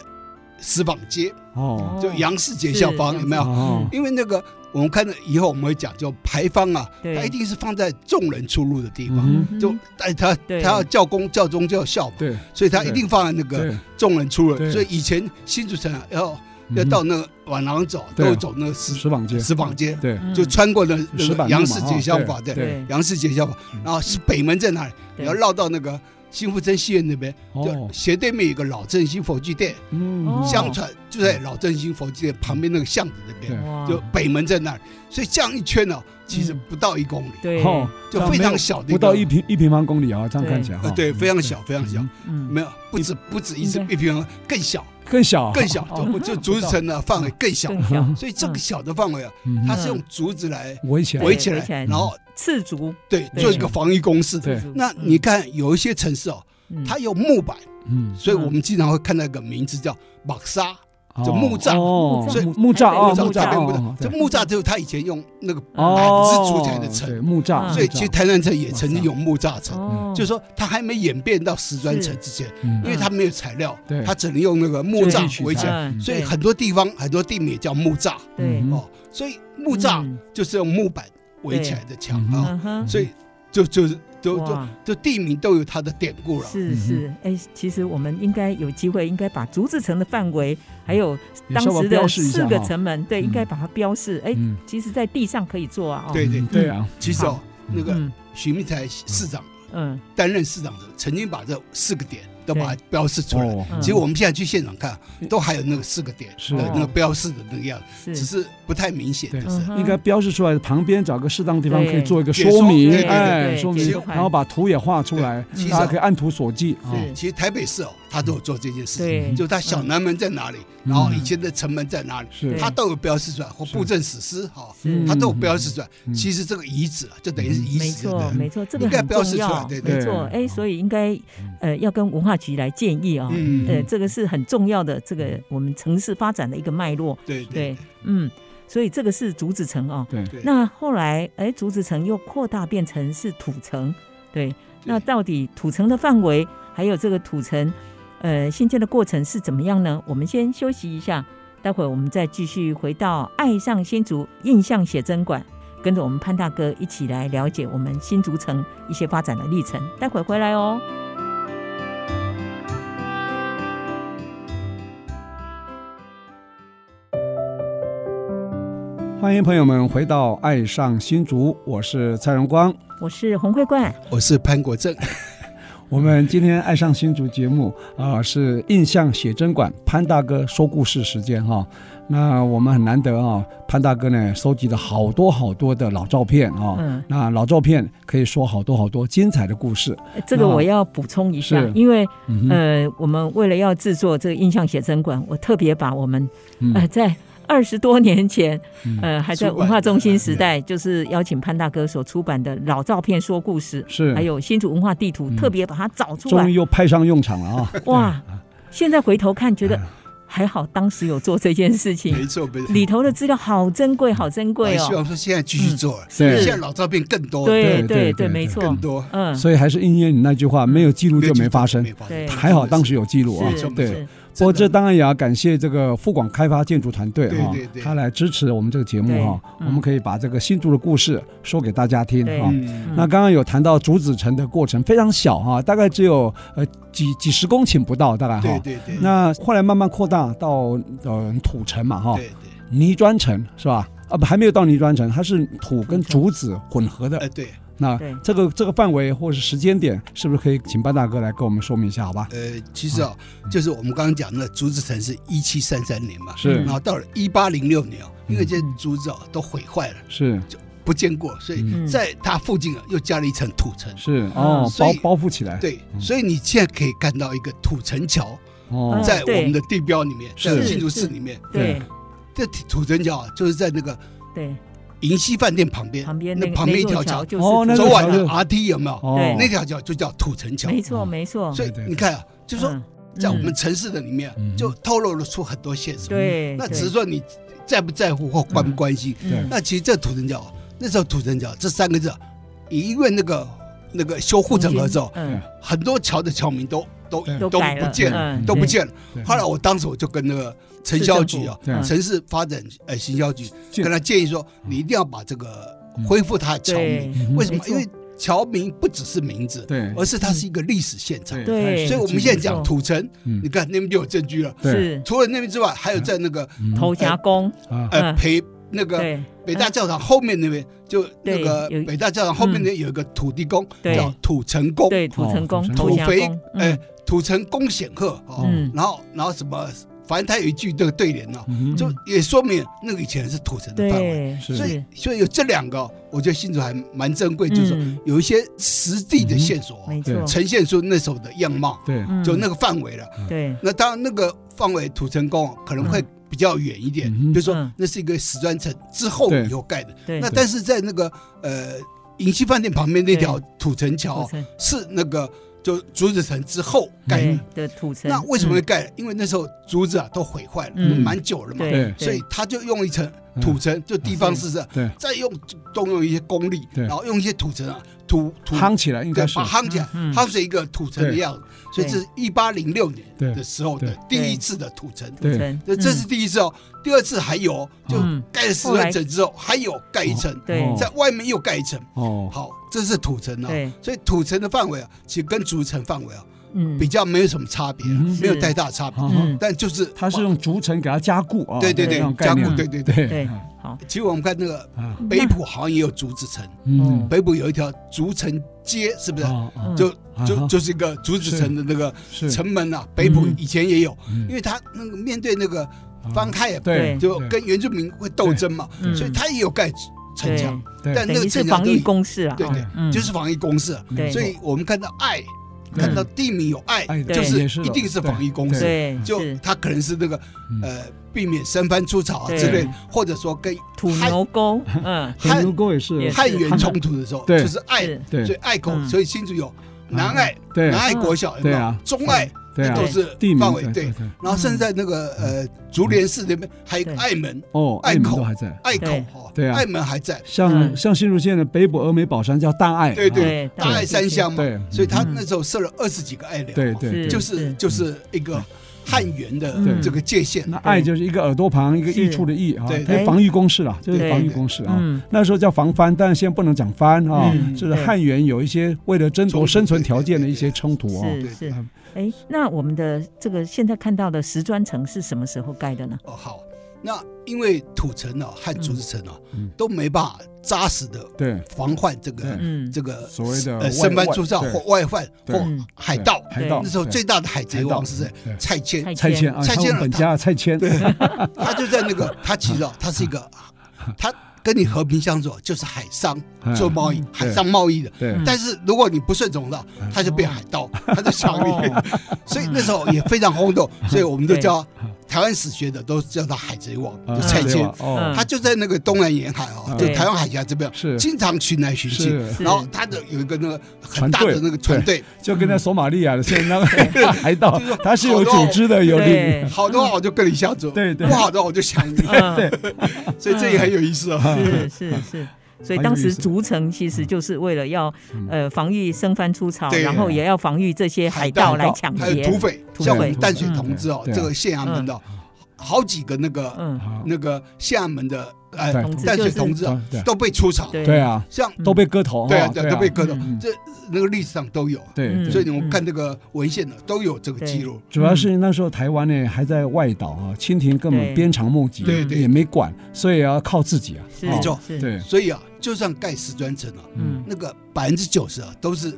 Speaker 3: 石坊街，
Speaker 2: 哦
Speaker 3: 就杨氏街下方
Speaker 1: 是
Speaker 3: 有没有？
Speaker 2: 哦，
Speaker 3: 因为那个我们看到以后我们会讲，就牌坊啊，
Speaker 1: 对
Speaker 3: 它一定是放在众人出入的地方。
Speaker 2: 嗯，
Speaker 3: 就但他
Speaker 1: 对
Speaker 3: 他要教功教宗教效嘛，
Speaker 2: 对
Speaker 3: 所以他一定放在那个
Speaker 2: 对，
Speaker 3: 众人出
Speaker 2: 对
Speaker 3: 入。所以以前新竹城啊要要到那个往廊走，
Speaker 2: 嗯对
Speaker 3: 都走那个石
Speaker 2: 石坊街，
Speaker 3: 石坊街，
Speaker 2: 对，
Speaker 1: 嗯
Speaker 3: 就穿过那那
Speaker 2: 石板
Speaker 3: 个
Speaker 2: 路嘛
Speaker 3: 杨氏街消
Speaker 2: 哦
Speaker 3: 法，对，
Speaker 2: 对
Speaker 1: 对
Speaker 3: 杨氏街消法
Speaker 2: 嗯。
Speaker 3: 然后是北门在哪里？
Speaker 1: 对
Speaker 3: 你要绕到那个新富珍戏院那边，
Speaker 2: 哦
Speaker 3: 就，斜对面有个老振兴佛具店，
Speaker 1: 哦
Speaker 2: 嗯，
Speaker 3: 相传就在老振兴佛具店旁边那个巷子那边，
Speaker 1: 哇
Speaker 3: 就北门在那儿。所以这样一圈呢，其实
Speaker 1: 嗯
Speaker 3: 不到一公里，
Speaker 1: 对
Speaker 2: 哦，
Speaker 3: 就非常小的
Speaker 2: 不
Speaker 3: 个
Speaker 2: 到一平一平方公里啊，这样看起来
Speaker 3: 呃
Speaker 2: 哈，
Speaker 3: 对，非常小，非常小。
Speaker 1: 嗯
Speaker 3: 没有，不止不止一次
Speaker 1: 应该
Speaker 3: 一平方，更小
Speaker 2: 更小，
Speaker 3: 更小，
Speaker 2: 哦
Speaker 3: 就就竹子城的范围更小。
Speaker 1: 更小，
Speaker 3: 所以这个
Speaker 1: 嗯
Speaker 3: 小的范围啊，
Speaker 2: 嗯
Speaker 3: 它是用竹子来
Speaker 2: 围起来
Speaker 1: 对，
Speaker 3: 围起
Speaker 1: 围起来
Speaker 3: 来，然后
Speaker 1: 赤足，
Speaker 3: 对
Speaker 1: 对
Speaker 3: 做一个防御工事。
Speaker 2: 对
Speaker 1: 赤足
Speaker 3: 那你看有一些城市哦，
Speaker 1: 嗯
Speaker 3: 它有木板，
Speaker 2: 嗯，
Speaker 3: 所以我们经常会看到一个名字叫马沙，
Speaker 2: 哦
Speaker 3: 就木栅
Speaker 2: 哦
Speaker 1: 木栅
Speaker 2: 木木栅啊，
Speaker 1: 木栅
Speaker 2: 木栅
Speaker 3: 对木
Speaker 2: 哦
Speaker 3: 这
Speaker 2: 对
Speaker 3: 木栅就是它以前用那个，
Speaker 2: 哦，
Speaker 3: 板子组起来的城
Speaker 2: 对木栅，
Speaker 1: 嗯
Speaker 3: 所以其实台南城也曾经有木栅城，
Speaker 1: 哦，
Speaker 3: 就是说它还没演变到石砖城之前，
Speaker 2: 嗯
Speaker 3: 因为它没有材料
Speaker 2: 对，
Speaker 3: 它只能用那个木
Speaker 2: 就
Speaker 3: 栅
Speaker 2: 是取
Speaker 3: 围起来，
Speaker 1: 嗯
Speaker 3: 所以
Speaker 1: 对
Speaker 3: 很多地方很多地名也叫木栅
Speaker 1: 对
Speaker 2: 嗯
Speaker 3: 哦，所以木栅
Speaker 1: 嗯
Speaker 3: 就是用木板围起来的墙
Speaker 2: 对
Speaker 3: 啊，
Speaker 1: 嗯哼
Speaker 3: 所以就就是就就
Speaker 1: 哇
Speaker 3: 就地名都有它的典故了。
Speaker 1: 是
Speaker 2: 嗯
Speaker 1: 是，哎，其实我们应该有机会，应该把竹子城的范围，还有
Speaker 2: 嗯也
Speaker 1: 当
Speaker 2: 稍微
Speaker 1: 时
Speaker 2: 标
Speaker 1: 的
Speaker 2: 示一
Speaker 1: 四
Speaker 2: 下
Speaker 1: 个
Speaker 2: 哈
Speaker 1: 城门，对，应该把它标示。哎，
Speaker 2: 嗯
Speaker 1: 其实，在地上可以做啊。哦，
Speaker 3: 对对，
Speaker 2: 对啊，
Speaker 3: 其实哦，那个
Speaker 1: 嗯
Speaker 3: 许明才市长
Speaker 1: 嗯，
Speaker 3: 担任市长的时候，曾经把这四个点都把它标示出来。
Speaker 2: 哦
Speaker 1: 嗯
Speaker 3: 其实我们现在去现场看，都还有那个四个点
Speaker 2: 是哦
Speaker 3: 的那个标示的那个样子，
Speaker 1: 是
Speaker 3: 只是不太明显，
Speaker 2: 对
Speaker 3: 就是
Speaker 1: 嗯。哼
Speaker 2: 应该标示出来，旁边找个适当地方
Speaker 1: 对
Speaker 2: 可以做一个
Speaker 3: 解
Speaker 2: 说
Speaker 3: 说
Speaker 2: 明
Speaker 3: 对，对
Speaker 2: 哎，
Speaker 1: 对
Speaker 2: 说
Speaker 3: 解
Speaker 2: 明
Speaker 3: 说，
Speaker 1: 牌
Speaker 2: 然后把图也画出来，
Speaker 3: 对
Speaker 2: 大家可以按图索骥啊。
Speaker 1: 是
Speaker 3: 其实台北市哦，他都有做这件事
Speaker 1: 对嗯
Speaker 3: 情，就他小南门在哪里，
Speaker 2: 嗯
Speaker 3: 然后以前的城门在哪里，
Speaker 2: 是
Speaker 3: 他都有标示出来，或布政史诗哈，
Speaker 1: 是
Speaker 3: 嗯他都有标示出来
Speaker 2: 嗯。
Speaker 3: 其实这个遗址啊，就等于是遗
Speaker 1: 嗯没
Speaker 3: 址，嗯对
Speaker 1: 错
Speaker 3: 不对？
Speaker 1: 没错，这个
Speaker 3: 应该
Speaker 1: 很
Speaker 3: 标
Speaker 1: 重
Speaker 3: 示出来
Speaker 1: 要，
Speaker 3: 对
Speaker 2: 对
Speaker 1: 没错。
Speaker 2: 对
Speaker 1: 哎，所以应该呃要跟文化局来建议啊。
Speaker 3: 嗯，
Speaker 1: 呃，这个是很重要的，这个我们城市发展的一个脉络。
Speaker 3: 对对
Speaker 1: 对，嗯，所以这个是竹子城哦。
Speaker 2: 对
Speaker 3: 对
Speaker 1: 那后来，哎，竹子城又扩大变成是土城，对。那到底土城的范围，还有这个土城，呃，新建的过程是怎么样呢？我们先休息一下，待会儿我们再继续回到爱上新竹印象写真馆，跟着我们潘大哥一起来了解我们新竹城一些发展的历程。待会儿回来哦。
Speaker 2: 欢迎朋友们回到《爱上新竹》，我是蔡荣光。
Speaker 1: 我是洪慧冠，
Speaker 3: 我是潘国正，
Speaker 2: 我们今天《爱上新竹》节目啊、呃是印象写真馆潘大哥说故事时间哈、那我们很难得啊、潘大哥呢收集了好多好多的老照片啊、
Speaker 1: 嗯
Speaker 2: 那老照片可以说好多好多精彩的故事。
Speaker 1: 呃这个
Speaker 2: 那
Speaker 1: 我要补充一下
Speaker 2: 是，
Speaker 1: 因为
Speaker 2: 嗯哼，
Speaker 1: 呃，我们为了要制作这个印象写真馆，我特别把我们
Speaker 2: 嗯
Speaker 1: 呃在二十多年前
Speaker 2: 嗯，
Speaker 1: 呃还在
Speaker 3: 出版
Speaker 1: 文化中心时
Speaker 2: 哎
Speaker 1: 代，就是邀请潘大哥所出版的老照片说故事，
Speaker 2: 是嗯
Speaker 1: 还有新竹文化地图，特别把它找出
Speaker 2: 终于
Speaker 1: 来。
Speaker 2: 又派上用场了啊！
Speaker 1: 哇，现在回头看，觉得
Speaker 2: 哎
Speaker 1: 还好当时有做这件事
Speaker 3: 没
Speaker 1: 情，
Speaker 3: 错没错。
Speaker 1: 里头的资料好珍贵，好珍
Speaker 3: 我
Speaker 1: 贵
Speaker 3: 也希
Speaker 1: 哦。嗯
Speaker 3: 望说现在继续做，
Speaker 2: 对
Speaker 3: 现在老照片更多，
Speaker 2: 对
Speaker 1: 对哦
Speaker 2: 对对
Speaker 1: 对，没错
Speaker 3: 更，多，
Speaker 1: 嗯，
Speaker 2: 所以还是应验你那句话，没有记录就没发生
Speaker 3: 没。发生
Speaker 1: 对
Speaker 2: 还好当时有记录啊
Speaker 1: 是，
Speaker 2: 对。
Speaker 1: 是，
Speaker 2: 不过这当然也要感谢这个富广开发建筑团队哈
Speaker 3: 对对，对
Speaker 2: 他来支持我们这个节目哈
Speaker 1: 对，嗯
Speaker 2: 我们可以把这个新竹的故事说给大家听
Speaker 1: 对
Speaker 2: 哈。
Speaker 3: 嗯，
Speaker 2: 那刚刚有谈到竹子城的过程非常小哈，大概只有呃几几十公顷不到，大概
Speaker 3: 对
Speaker 2: 哈。
Speaker 3: 对对，
Speaker 2: 那后来慢慢扩大到呃土城嘛哈，
Speaker 3: 对对，
Speaker 2: 泥砖城是吧？啊不，还没有到泥砖城，它是土跟竹子混合的
Speaker 3: 哎。对，
Speaker 2: 那
Speaker 1: 对
Speaker 2: 这个这个范围或是时间点，是不是可以请班大哥来跟我们说明一下，好吧？
Speaker 3: 呃，其实啊，
Speaker 2: 嗯
Speaker 3: 就是我们刚刚讲的竹子城是一七三三年嘛，
Speaker 2: 是嗯
Speaker 3: 然后到了一八零六年啊，因为这些竹子啊都毁坏了，
Speaker 2: 是
Speaker 3: 不见过，所以
Speaker 1: 嗯
Speaker 3: 在它附近啊又加了一层土层，
Speaker 2: 是嗯哦，
Speaker 3: 嗯所
Speaker 2: 包
Speaker 3: 以
Speaker 2: 包覆起来。
Speaker 3: 对，所以你现在可以看到一个土城桥
Speaker 2: 哦
Speaker 1: 嗯，
Speaker 3: 在我
Speaker 1: 对
Speaker 3: 们的地标里面，
Speaker 2: 是
Speaker 3: 在新竹市里面，
Speaker 1: 对
Speaker 3: 这土城桥啊就是在那个
Speaker 1: 对，
Speaker 3: 银溪饭店旁边，
Speaker 1: 旁边
Speaker 3: 那
Speaker 1: 那个
Speaker 3: 旁边一
Speaker 1: 那座
Speaker 3: 条桥，
Speaker 1: 就是
Speaker 2: 哦那
Speaker 3: 昨
Speaker 2: 座
Speaker 3: 晚
Speaker 2: 那
Speaker 3: 的
Speaker 2: 个
Speaker 3: RT 有没有？
Speaker 2: 哦
Speaker 1: 对
Speaker 3: 那条桥就叫土城桥，
Speaker 1: 没错没错，
Speaker 3: 哦所以
Speaker 2: 对对
Speaker 3: 你看啊，就说
Speaker 1: 嗯
Speaker 3: 在我们城市的里面啊
Speaker 2: 嗯，
Speaker 3: 就透露了出很多线索。
Speaker 1: 对，
Speaker 3: 嗯那
Speaker 1: 对嗯
Speaker 3: 只是说你在不在乎或关不关心。
Speaker 2: 嗯对
Speaker 3: 那其实这土城角啊，那时候土城角这三个字啊，因为那个那个修护整合之后，
Speaker 1: 嗯，
Speaker 3: 很多桥的桥名都都
Speaker 2: 对
Speaker 3: 都
Speaker 1: 改了
Speaker 3: 不见了，
Speaker 1: 嗯
Speaker 3: 都不见了。
Speaker 2: 对
Speaker 3: 后来我当时我就跟那个城销局啊
Speaker 1: 嗯
Speaker 2: 市政府对，
Speaker 3: 城市发展呃行销局
Speaker 2: 建
Speaker 3: 跟他建议说，你一定要把这个
Speaker 2: 嗯
Speaker 3: 恢复它的桥
Speaker 1: 对
Speaker 3: 名。
Speaker 2: 嗯
Speaker 3: 为什么
Speaker 1: 没？错
Speaker 3: 因为桥名不只是名字，
Speaker 2: 对
Speaker 3: 而是它是一个历史现场。
Speaker 1: 对
Speaker 3: 所以我们现在
Speaker 1: 没
Speaker 3: 讲
Speaker 1: 错嗯
Speaker 3: 土城，
Speaker 2: 嗯
Speaker 3: 你看那边就有证据了。
Speaker 2: 对嗯
Speaker 1: 是
Speaker 3: 除了那边之外，还有在那个
Speaker 1: 头夹弓，
Speaker 2: 啊
Speaker 3: 呃
Speaker 1: 嗯
Speaker 3: 培那嗯哎个
Speaker 1: 对
Speaker 3: 北大教堂后面那边，就那个
Speaker 1: 对有嗯
Speaker 3: 北大教堂后面那有一个土地公
Speaker 1: 对
Speaker 3: 叫土城公，
Speaker 1: 对，土城弓
Speaker 2: 哦，
Speaker 1: 头
Speaker 3: 土
Speaker 1: 夹
Speaker 3: 肥
Speaker 1: 弓，
Speaker 3: 哎
Speaker 1: 嗯，
Speaker 3: 土城公显赫哦
Speaker 1: 嗯，
Speaker 3: 然后然后什么，反正他有一句这个对联呢，哦
Speaker 2: 嗯
Speaker 3: 就也说明那个以前是土城的范围。
Speaker 1: 嗯对，
Speaker 2: 是
Speaker 3: 所以
Speaker 1: 是，
Speaker 3: 所以有这两个，我觉得新竹还蛮珍贵，就是说
Speaker 1: 嗯
Speaker 3: 有一些实地
Speaker 2: 嗯
Speaker 3: 的线索
Speaker 1: 没
Speaker 3: 哦
Speaker 1: 错，
Speaker 3: 呈现出那时候的样貌，
Speaker 2: 对
Speaker 1: 嗯
Speaker 3: 就那个范围了。
Speaker 1: 对
Speaker 3: 那当然，那个范围土城宫啊可能会比较远一点，
Speaker 2: 嗯
Speaker 3: 就是说
Speaker 1: 嗯
Speaker 3: 那是一个石砖城之后以后盖的。
Speaker 1: 对，
Speaker 3: 那但是在那个呃银溪饭店旁边那条土城
Speaker 1: 土
Speaker 3: 桥
Speaker 1: 城
Speaker 3: 是那个就竹子城之后盖
Speaker 1: 对
Speaker 2: 嗯
Speaker 3: 的。
Speaker 1: 的土城，
Speaker 3: 那为什么会盖？因为那时候竹子啊都毁坏了，
Speaker 1: 嗯
Speaker 3: 蛮久了嘛，
Speaker 1: 对
Speaker 2: 对
Speaker 1: 对，嗯
Speaker 3: 所以他就用一层土城，就地方市政，
Speaker 2: 对，
Speaker 3: 再用动用一些功力，
Speaker 2: 对
Speaker 3: 然后用一些土城啊土土
Speaker 2: 夯起来应该
Speaker 3: 对，
Speaker 2: 是哦
Speaker 3: 把它夯起来，
Speaker 1: 嗯嗯
Speaker 3: 夯成一个土城的样子。所以这是一八零六年
Speaker 2: 对
Speaker 3: 的时候的第
Speaker 1: 对
Speaker 3: 一次的土城，
Speaker 1: 土
Speaker 2: 对
Speaker 1: 城，
Speaker 3: 这这是第一次哦。第二次还有，就
Speaker 1: 嗯
Speaker 3: 盖了石砖层之后，还有盖一层，
Speaker 1: 对
Speaker 2: 哦
Speaker 3: 在外面又盖一层。
Speaker 2: 哦
Speaker 3: 好，这是土城啊
Speaker 1: 对。
Speaker 3: 所以土城的范围啊，其实跟竹城范围啊
Speaker 1: 嗯
Speaker 3: 比较没有什么差别啊
Speaker 2: 嗯，
Speaker 3: 没有太大差别
Speaker 2: 好。
Speaker 1: 嗯
Speaker 3: 但就是
Speaker 2: 它是用竹层给它加固啊，
Speaker 3: 对对
Speaker 2: 这
Speaker 3: 对
Speaker 2: 种概
Speaker 3: 加
Speaker 2: 念
Speaker 3: 固，对对对。
Speaker 2: 对
Speaker 1: 对，好，
Speaker 3: 其实我们看那个
Speaker 2: 啊
Speaker 3: 北浦好像也有竹子城，
Speaker 2: 嗯
Speaker 3: 北浦有一条竹城街，是不是？
Speaker 2: 啊啊
Speaker 1: 嗯
Speaker 3: 就
Speaker 2: 啊
Speaker 3: 就
Speaker 2: 哈
Speaker 3: 就是一个竹子城的那个
Speaker 2: 是
Speaker 3: 城门啊，北浦
Speaker 1: 嗯
Speaker 3: 以前也有，
Speaker 2: 嗯
Speaker 3: 因为他那个面对那个方太啊，
Speaker 2: 对
Speaker 3: 就
Speaker 2: 对
Speaker 3: 跟原住民会斗争嘛，
Speaker 1: 嗯
Speaker 3: 所以他也有盖城墙，
Speaker 2: 对
Speaker 3: 但那
Speaker 1: 等
Speaker 3: 个
Speaker 1: 于是
Speaker 3: 城墙
Speaker 1: 防
Speaker 3: 都
Speaker 1: 御公式啊，
Speaker 3: 对对
Speaker 1: 哦嗯
Speaker 3: 就是防疫公式啊，
Speaker 1: 对
Speaker 3: 所以我们看到爱，
Speaker 2: 对
Speaker 3: 看到地名有爱，
Speaker 2: 哎
Speaker 3: 就
Speaker 2: 也
Speaker 3: 是
Speaker 2: 是
Speaker 3: 一定是防疫公式，
Speaker 1: 对，
Speaker 3: 就是他可能是那个
Speaker 2: 嗯
Speaker 3: 呃避免生番出草啊
Speaker 1: 对
Speaker 3: 之类，或者说跟
Speaker 1: 土
Speaker 3: 汉
Speaker 1: 牛沟， 嗯，
Speaker 2: 很
Speaker 3: 汉
Speaker 2: 牛沟也是
Speaker 1: 也
Speaker 3: 汉元冲突的时候，
Speaker 2: 对
Speaker 3: 就是爱
Speaker 1: 是，
Speaker 3: 所以
Speaker 2: 对
Speaker 3: 爱口，
Speaker 1: 嗯
Speaker 3: 所以新竹有南爱，
Speaker 2: 对
Speaker 3: 南爱国小，有没有
Speaker 2: 对啊
Speaker 3: 中爱，
Speaker 2: 对啊
Speaker 3: 那都是
Speaker 2: 地名
Speaker 3: 范围
Speaker 2: 对
Speaker 3: 对
Speaker 2: 对嗯对。
Speaker 3: 然后甚至在那个呃竹联寺那边，还有一个
Speaker 1: 对
Speaker 3: 爱门、
Speaker 2: 哦，
Speaker 3: 隘
Speaker 2: 爱民
Speaker 3: 口
Speaker 2: 都还在。
Speaker 3: 爱口
Speaker 1: 对
Speaker 3: 哈，
Speaker 2: 对啊
Speaker 3: 爱门还在，
Speaker 2: 像
Speaker 1: 嗯
Speaker 2: 像新竹县的北部峨眉宝山叫大爱，
Speaker 3: 对
Speaker 2: 啊
Speaker 1: 对
Speaker 3: 大爱山乡嘛
Speaker 2: 对对，
Speaker 3: 所以他
Speaker 1: 嗯
Speaker 3: 那时候设了二十几个爱寮，
Speaker 2: 对
Speaker 3: 哈
Speaker 2: 对
Speaker 1: 是
Speaker 2: 对，
Speaker 3: 就是
Speaker 1: 是
Speaker 3: 就是一个汉元的
Speaker 2: 对
Speaker 3: 这个界限，
Speaker 2: 那爱就是一个耳朵旁一个
Speaker 1: 是
Speaker 2: 益处的益啊，
Speaker 3: 对
Speaker 2: 它是防御工事啊，这是
Speaker 1: 对
Speaker 2: 防御工事啊。
Speaker 1: 嗯
Speaker 2: 那时候叫防藩，但现在不能讲藩啊
Speaker 3: 嗯，
Speaker 2: 就是
Speaker 1: 对
Speaker 2: 汉元有一些为了争
Speaker 3: 冲突
Speaker 2: 夺生存
Speaker 3: 对对
Speaker 2: 条件的
Speaker 3: 对
Speaker 2: 一些冲突啊。
Speaker 1: 是
Speaker 3: 对
Speaker 1: 是
Speaker 2: 嗯，
Speaker 1: 哎，那我们的这个现在看到的石砖城是什么时候盖的呢？
Speaker 3: 哦，好，那因为土城哦呢、和竹子城呢、
Speaker 2: 嗯
Speaker 3: 都没办法扎实的
Speaker 2: 对，
Speaker 3: 防范这个
Speaker 2: 对
Speaker 1: 嗯，
Speaker 3: 这个
Speaker 2: 所谓的
Speaker 3: 呃
Speaker 2: 外
Speaker 3: 生搬
Speaker 2: 外
Speaker 3: 出造
Speaker 2: 对
Speaker 3: 或外患
Speaker 2: 对
Speaker 3: 或
Speaker 1: 嗯
Speaker 3: 海盗。
Speaker 2: 海盗
Speaker 3: 那时候
Speaker 2: 哦对
Speaker 3: 最大的海贼王是谁
Speaker 2: 对
Speaker 3: 蔡牵，
Speaker 2: 拆迁啊，
Speaker 3: 拆迁
Speaker 2: 他们
Speaker 3: 了
Speaker 2: 本
Speaker 3: 他
Speaker 2: 家拆迁，
Speaker 3: 他就在那 个他其
Speaker 2: 嗯
Speaker 3: 实啊，他是一个他跟你和平相处就是海商
Speaker 2: 嗯
Speaker 3: 做贸易
Speaker 1: 嗯，
Speaker 3: 海上贸易的。
Speaker 2: 对嗯
Speaker 1: 嗯
Speaker 3: 但是如果你不顺从了，他就变海盗，他就想你
Speaker 1: 哦。
Speaker 3: 所以那时候也非常轰动，
Speaker 2: 嗯
Speaker 3: 所以我们都叫台湾史学的都叫他海贼王，
Speaker 2: 啊
Speaker 3: 就蔡
Speaker 2: 对
Speaker 3: 牵
Speaker 2: 吧。哦
Speaker 1: 嗯，
Speaker 3: 他就在那个东南沿海啊
Speaker 2: 嗯，
Speaker 3: 就台湾海峡这边，
Speaker 2: 是
Speaker 3: 经常巡来巡去
Speaker 2: 是。
Speaker 1: 是
Speaker 3: 然后他的有一个那个很大的那个船
Speaker 2: 船
Speaker 3: 队，
Speaker 2: 就跟那索马利亚的现在那个海盗
Speaker 3: 就是说，
Speaker 2: 他是有组织的，有领
Speaker 1: 对，
Speaker 3: 好的话我就跟你相处，
Speaker 2: 对对
Speaker 3: 不好的话我就想你，
Speaker 1: 嗯，
Speaker 3: 所以这也很有意思啊。
Speaker 1: 是是 是。所以当时竹城其实就是为了要呃防御生番出草，
Speaker 3: 嗯对
Speaker 1: 然后也要防御这些海盗来抢
Speaker 3: 还有
Speaker 1: 劫
Speaker 3: 土。匪，
Speaker 1: 土匪
Speaker 3: 像我们淡水同志哦，
Speaker 2: 嗯
Speaker 3: 这个县衙门的哦好几个那个
Speaker 1: 嗯，
Speaker 2: 好
Speaker 3: 那个县衙门的呃
Speaker 2: 对
Speaker 3: 淡水
Speaker 1: 就是
Speaker 3: 同志哦
Speaker 2: 对
Speaker 3: 都被出草，
Speaker 1: 对
Speaker 2: 对啊，
Speaker 3: 像
Speaker 2: 都被割头哈，
Speaker 3: 对啊对
Speaker 2: 对啊
Speaker 3: 啊都被割头
Speaker 1: 嗯，
Speaker 3: 这那个历史上都有。啊
Speaker 2: 对
Speaker 1: 嗯
Speaker 2: 嗯对
Speaker 3: 所以我们看这个文献呢，都有这个记录。
Speaker 2: 主要是那时候台湾呢还在外岛啊，清廷根本
Speaker 1: 对
Speaker 2: 鞭长莫及，啊
Speaker 3: 对对
Speaker 2: 也没管，所以要靠自己啊。
Speaker 1: 是
Speaker 2: 哦
Speaker 3: 没错
Speaker 1: 是，
Speaker 2: 对，
Speaker 3: 所以啊，就算盖石砖城啊，
Speaker 1: 嗯
Speaker 3: 那个百分之九十啊都是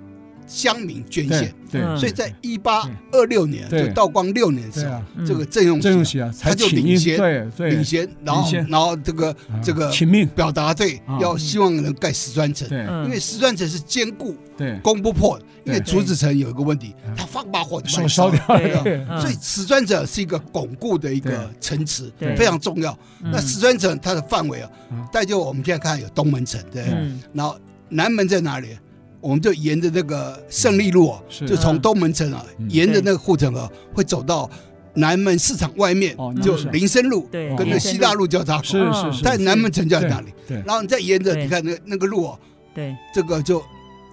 Speaker 3: 乡民捐
Speaker 2: 对
Speaker 3: 献。
Speaker 2: 对，
Speaker 1: 嗯
Speaker 3: 所以在一八二六年，
Speaker 2: 对
Speaker 3: 就道光六年的时
Speaker 2: 对
Speaker 3: 候
Speaker 2: 啊，
Speaker 1: 嗯
Speaker 3: 这个郑用
Speaker 2: 郑用
Speaker 3: 锡
Speaker 2: 锡啊
Speaker 3: 他
Speaker 2: 才
Speaker 3: 就
Speaker 2: 请
Speaker 3: 领
Speaker 2: 缨，
Speaker 3: 先
Speaker 2: 对对，
Speaker 3: 领衔，然后
Speaker 2: 领衔
Speaker 3: 然后这个
Speaker 2: 啊
Speaker 3: 这个
Speaker 2: 请命，
Speaker 3: 表达队
Speaker 2: 啊
Speaker 3: 要希望能盖石砖城，
Speaker 2: 对
Speaker 1: 嗯
Speaker 3: 因为石砖城是坚固
Speaker 2: 对，
Speaker 3: 攻不破的，因为
Speaker 2: 对
Speaker 3: 竹子城有一个问题
Speaker 2: 嗯，
Speaker 3: 它放把火就把
Speaker 2: 手
Speaker 3: 你
Speaker 2: 烧
Speaker 3: 烧
Speaker 2: 掉
Speaker 3: 掉。
Speaker 1: 对
Speaker 2: 了，对
Speaker 1: 嗯
Speaker 3: 所以石砖城是一个巩固的一个城池，
Speaker 1: 对
Speaker 3: 非常重要。
Speaker 1: 嗯
Speaker 3: 那石砖城它的范围啊
Speaker 2: 嗯，
Speaker 3: 再就我们现在看有东门城，对不对，
Speaker 1: 嗯
Speaker 3: 然后南门在哪里？我们就沿着那个胜利路啊，
Speaker 2: 嗯是
Speaker 3: 就从东门城啊，
Speaker 2: 嗯
Speaker 3: 沿着那个护城河会走到南门市场外面
Speaker 2: 哦，
Speaker 3: 就
Speaker 2: 南门市
Speaker 3: 林森路
Speaker 2: 嗯
Speaker 1: 对
Speaker 3: 哎跟那西大路交叉口。
Speaker 2: 是是是，
Speaker 3: 在南门城就在
Speaker 2: 对
Speaker 3: 那里，
Speaker 2: 对
Speaker 3: 然后你再沿着
Speaker 1: 对
Speaker 3: 你看那个那个路哦，
Speaker 1: 对
Speaker 3: 这个就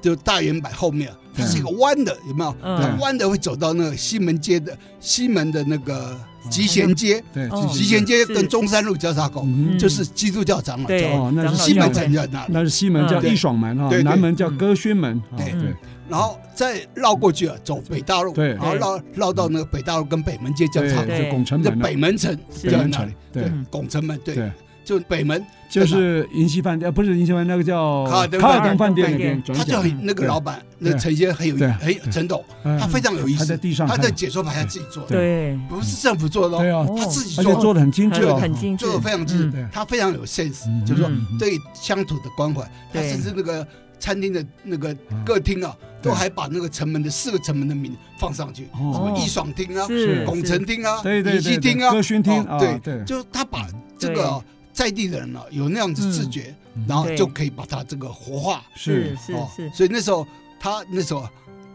Speaker 3: 就大圆柏后面，啊它
Speaker 2: 对
Speaker 3: 是一个弯的，有没有？
Speaker 1: 嗯
Speaker 3: 它弯的会走到那个西门街的西门的那个
Speaker 2: 嗯
Speaker 3: 集贤街，
Speaker 2: 对
Speaker 1: 哦
Speaker 3: 集贤街
Speaker 1: 是
Speaker 3: 跟中山路交叉口，
Speaker 2: 嗯
Speaker 1: 嗯
Speaker 3: 就是基督教长老
Speaker 1: 对
Speaker 3: 教
Speaker 2: 哦那是
Speaker 1: 长老
Speaker 3: 西
Speaker 1: 教
Speaker 3: 门
Speaker 2: 门
Speaker 3: 城
Speaker 1: 会
Speaker 3: 就在那里，
Speaker 2: 那是西门叫
Speaker 3: 对
Speaker 2: 义爽门啊
Speaker 3: 对，对
Speaker 2: 南门叫
Speaker 1: 嗯
Speaker 2: 歌宣门啊，
Speaker 3: 对
Speaker 2: 对
Speaker 3: 然后再绕过去啊，走北大路，
Speaker 2: 对
Speaker 3: 然后
Speaker 1: 对
Speaker 3: 绕绕到那个北大路跟北门街交叉口，
Speaker 2: 对，
Speaker 1: 对
Speaker 2: 就拱城
Speaker 3: 就
Speaker 2: 门啊
Speaker 3: 北，门城就
Speaker 1: 北
Speaker 3: 在
Speaker 2: 门
Speaker 3: 那
Speaker 2: 城
Speaker 3: 里，，
Speaker 2: 对
Speaker 1: 嗯
Speaker 3: 拱城门对
Speaker 2: 对，，
Speaker 3: 就北门，
Speaker 2: 就是银溪饭店，呃不是银溪饭店，那个叫
Speaker 3: 卡尔登
Speaker 2: 卡尔
Speaker 3: 饭
Speaker 2: 登饭店
Speaker 1: 店
Speaker 2: 那边转
Speaker 3: 他就
Speaker 2: 角，嗯
Speaker 3: 很那个
Speaker 2: 对
Speaker 3: 老板，那
Speaker 2: 对
Speaker 3: 陈先生很有意
Speaker 2: 对
Speaker 3: 很陈董，
Speaker 2: 嗯
Speaker 3: 他非常有意思，
Speaker 2: 他在地上
Speaker 3: 他
Speaker 2: 看
Speaker 3: 的解说牌他自己做的，
Speaker 1: 对
Speaker 3: 不是政府做的
Speaker 2: 对
Speaker 3: 哦，
Speaker 2: 啊，
Speaker 3: 他自己
Speaker 2: 而且
Speaker 3: 做的，
Speaker 2: 做的很精致
Speaker 3: 就
Speaker 2: 哦，
Speaker 1: 很很精致
Speaker 3: 做，的非常精致
Speaker 2: 嗯，
Speaker 3: 他非常有 sense，
Speaker 2: 嗯
Speaker 3: 就是说
Speaker 2: 嗯
Speaker 3: 对乡土的关怀，他
Speaker 1: 对
Speaker 3: 甚至那个餐厅的那个
Speaker 2: 嗯
Speaker 3: 客厅啊，
Speaker 2: 对
Speaker 3: 都还把那个城门的四个城门的名放上去，什
Speaker 2: 哦
Speaker 3: 么义爽厅啊、
Speaker 1: 是
Speaker 3: 拱城厅啊、
Speaker 2: 对对
Speaker 3: 怡
Speaker 2: 对
Speaker 3: 基
Speaker 2: 对，
Speaker 3: 厅啊、
Speaker 2: 歌勋厅
Speaker 3: 哦
Speaker 2: 啊，
Speaker 3: 对，
Speaker 2: 对，嗯
Speaker 3: 就是他把这个啊在地的人啊有那样子自觉，
Speaker 2: 嗯
Speaker 3: 然后
Speaker 1: 对
Speaker 3: 就可以把它这个活化。
Speaker 1: 是
Speaker 2: 是
Speaker 1: 是
Speaker 3: 哦
Speaker 1: 是，
Speaker 3: 所以那时候他那时候啊